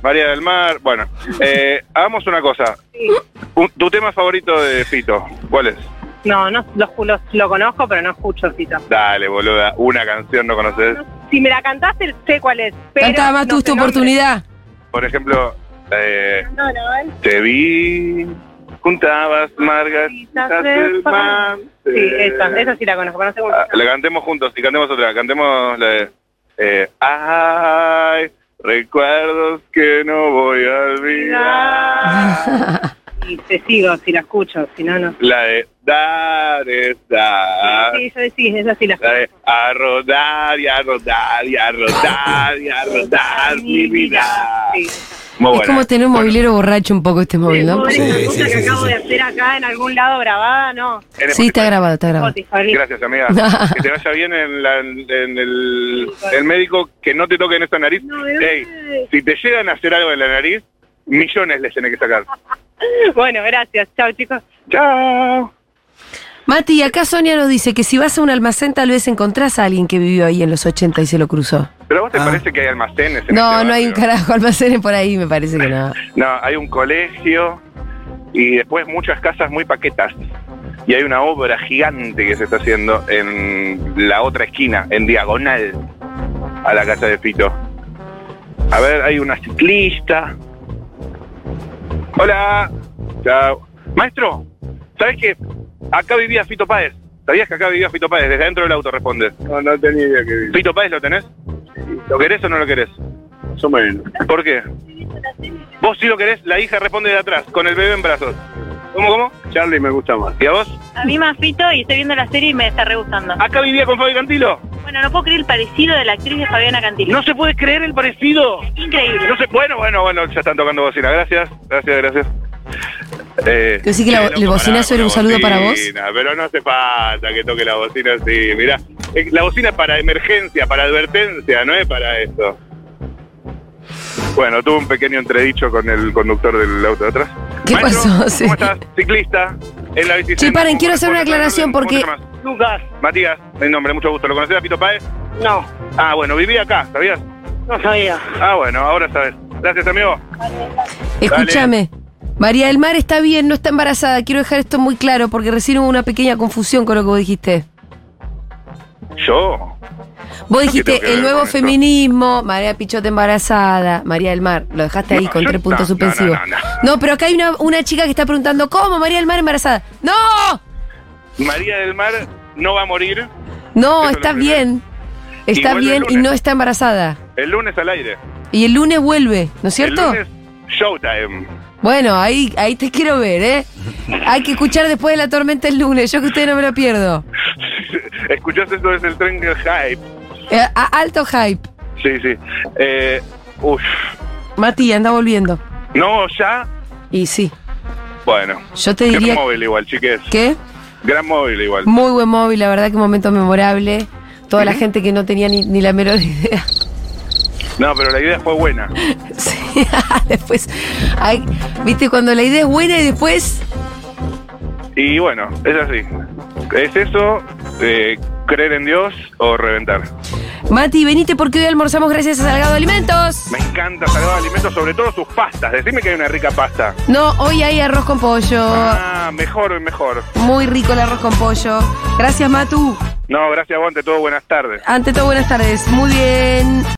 Speaker 5: María del Mar. Bueno, eh, hagamos una cosa.
Speaker 6: Sí.
Speaker 5: Un- tu tema favorito de Fito, ¿cuál es?
Speaker 6: No, no los, los- lo conozco, pero no escucho, Fito.
Speaker 5: Dale, boluda, una canción no conoces.
Speaker 6: Si me la cantaste, sé cuál es. Pero
Speaker 1: Canta
Speaker 6: no
Speaker 1: Matus
Speaker 6: sé
Speaker 1: tu
Speaker 6: nombre.
Speaker 1: oportunidad.
Speaker 5: Por ejemplo, eh,
Speaker 6: No, no, él-
Speaker 5: te vi, juntabas margaritas del mar.
Speaker 6: Sí, esa, esa sí la conozco, pero no sé cómo se
Speaker 5: Eh. Ah,
Speaker 6: llama.
Speaker 5: La cantemos juntos y cantemos otra. Cantemos la de. eh, ay, recuerdos que no voy a olvidar.
Speaker 6: Y te sigo si la escucho, si no, no.
Speaker 5: La de dar es dar.
Speaker 6: Sí, yo decís, esa sí la
Speaker 5: Ah. La
Speaker 6: escucho.
Speaker 5: de a rodar y a rodar y a rodar y a rodar Ah, mi vida.
Speaker 6: Sí.
Speaker 5: Muy
Speaker 1: Es
Speaker 5: buena.
Speaker 1: como tener un
Speaker 5: Bueno,
Speaker 1: movilero borracho un poco este móvil, ¿no?
Speaker 6: Pobre,
Speaker 9: Sí,
Speaker 6: esa
Speaker 9: sí,
Speaker 6: cosa
Speaker 9: sí,
Speaker 6: que
Speaker 9: sí,
Speaker 6: acabo
Speaker 9: sí.
Speaker 6: de hacer acá en algún lado grabada, no.
Speaker 5: en
Speaker 1: Sí, está
Speaker 5: Spotify.
Speaker 1: grabado, está grabado.
Speaker 6: Spotify.
Speaker 5: Gracias, amiga. que te vaya bien en, la- en el, el médico, que no te toquen esta nariz.
Speaker 6: No, ¿de
Speaker 5: Ey,
Speaker 6: dónde?
Speaker 5: si te llegan a hacer algo en la nariz, millones les tenés que sacar.
Speaker 6: Bueno, gracias. Chao, chicos.
Speaker 5: Chao.
Speaker 1: Mati, acá Sonia nos dice que si vas a un almacén tal vez encontrás a alguien que vivió ahí en los 80 y se lo cruzó.
Speaker 5: ¿Pero a vos te
Speaker 9: Ah.
Speaker 5: parece que hay almacenes? En
Speaker 1: No,
Speaker 5: este
Speaker 1: no hay un
Speaker 5: barrio?
Speaker 1: carajo almacenes por ahí, me parece que no.
Speaker 5: No, hay un colegio, y después muchas casas muy paquetas. Y hay una obra gigante que se está haciendo en la otra esquina, en diagonal a la casa de Pito. A ver, hay una ciclista. Hola. Chao. Maestro, ¿sabes qué? Acá vivía Fito Páez. ¿Sabías que acá vivía Fito Páez? Desde dentro del auto responde.
Speaker 8: No, no tenía idea que vivía.
Speaker 5: ¿Fito Páez lo tenés? ¿Lo querés o no lo querés?
Speaker 8: Más o menos.
Speaker 5: ¿Por qué? Vos sí lo querés, la hija responde de atrás, con el bebé en brazos. ¿Cómo, cómo?
Speaker 8: Charlie me gusta más.
Speaker 5: ¿Y a vos?
Speaker 6: A mí me afito y estoy viendo la serie y me está re gustando.
Speaker 5: ¿Acá vivía con Fabi Cantilo?
Speaker 6: Bueno, no puedo creer el parecido de la actriz de Fabiana Cantilo.
Speaker 5: No se puede creer el parecido.
Speaker 6: Increíble.
Speaker 5: No se, bueno, bueno, bueno, ya están tocando bocina. Gracias, gracias, gracias. Eh,
Speaker 1: Yo sí que la-
Speaker 5: eh, no
Speaker 1: el bocinazo
Speaker 5: paraba
Speaker 1: era un
Speaker 5: con
Speaker 1: saludo
Speaker 5: la
Speaker 1: para vos.
Speaker 5: bocina, Pero no hace falta que toque la bocina así. Mirá, Eh, la bocina es para emergencia, para advertencia, no es para eso. Bueno, tuve un pequeño entredicho con el conductor del auto de atrás.
Speaker 1: ¿Qué
Speaker 5: Maestro,
Speaker 1: pasó? Sí.
Speaker 5: ¿Cómo estás? Ciclista, en la bicicleta.
Speaker 1: Che, paren, quiero hacer una
Speaker 5: ¿Cómo te llamas?
Speaker 1: aclaración
Speaker 5: ¿Cómo te
Speaker 1: porque-
Speaker 5: llamas?
Speaker 10: Lucas,
Speaker 5: Matías, mi nombre, mucho gusto. ¿Lo conocés a Pito Paez?
Speaker 10: no,
Speaker 5: Ah, bueno, viví acá, ¿sabías?
Speaker 10: no sabía.
Speaker 5: Ah, bueno, ahora sabes. Gracias, amigo.
Speaker 1: Escúchame. María del Mar está bien, no está embarazada. Quiero dejar esto muy claro porque recién hubo una pequeña confusión con lo que vos dijiste. Vos
Speaker 5: Yo. ¿Qué tengo
Speaker 1: dijiste
Speaker 5: que ver
Speaker 1: el nuevo
Speaker 5: con eso?
Speaker 1: feminismo, María Pichot embarazada, María del Mar. Lo dejaste ahí
Speaker 5: No,
Speaker 1: con
Speaker 5: yo-
Speaker 1: tres puntos
Speaker 5: no, no,
Speaker 1: suspensivos.
Speaker 5: no, no.
Speaker 1: pero acá hay una, una chica que está preguntando, ¿cómo María del Mar embarazada? ¡No!
Speaker 5: María del Mar no va a morir
Speaker 1: No,
Speaker 5: Eso es
Speaker 1: está
Speaker 5: lo primero.
Speaker 1: bien.
Speaker 5: Y
Speaker 1: Está
Speaker 5: vuelve el
Speaker 1: bien y
Speaker 5: lunes.
Speaker 1: no está embarazada.
Speaker 5: el lunes al aire.
Speaker 1: Y el lunes vuelve, ¿no es cierto?
Speaker 5: El lunes, showtime.
Speaker 1: Bueno, ahí, ahí te quiero ver, ¿eh? Hay que escuchar después de la tormenta el lunes, yo que usted no me lo pierdo.
Speaker 5: ¿Escuchaste eso desde el tren del hype?
Speaker 1: Eh, a- alto hype.
Speaker 5: Sí, sí. Eh, uf.
Speaker 1: Mati, anda volviendo.
Speaker 5: No, ya.
Speaker 1: Y sí,
Speaker 5: Bueno.
Speaker 1: yo te
Speaker 5: Gran
Speaker 1: diría
Speaker 5: móvil igual, chiques.
Speaker 1: que
Speaker 5: Gran móvil igual.
Speaker 1: muy buen móvil, la verdad que momento memorable. Toda la gente que no tenía ni, ni la menor idea.
Speaker 5: No, pero la idea fue buena.
Speaker 1: Sí, después, ay, viste, cuando la idea es buena y después...
Speaker 5: Y bueno, es así. Es eso, eh, creer en Dios o reventar.
Speaker 1: Mati, venite porque hoy almorzamos gracias a Salgado Alimentos.
Speaker 5: Me encanta salvar alimentos, sobre todo sus pastas. Decime que hay una rica pasta.
Speaker 1: No, hoy hay arroz con pollo.
Speaker 5: Ah, mejor, mejor.
Speaker 1: Muy rico el arroz con pollo. Gracias, Matu.
Speaker 5: No, gracias, Guante. Todo buenas tardes.
Speaker 1: Ante todo, buenas tardes. Muy bien.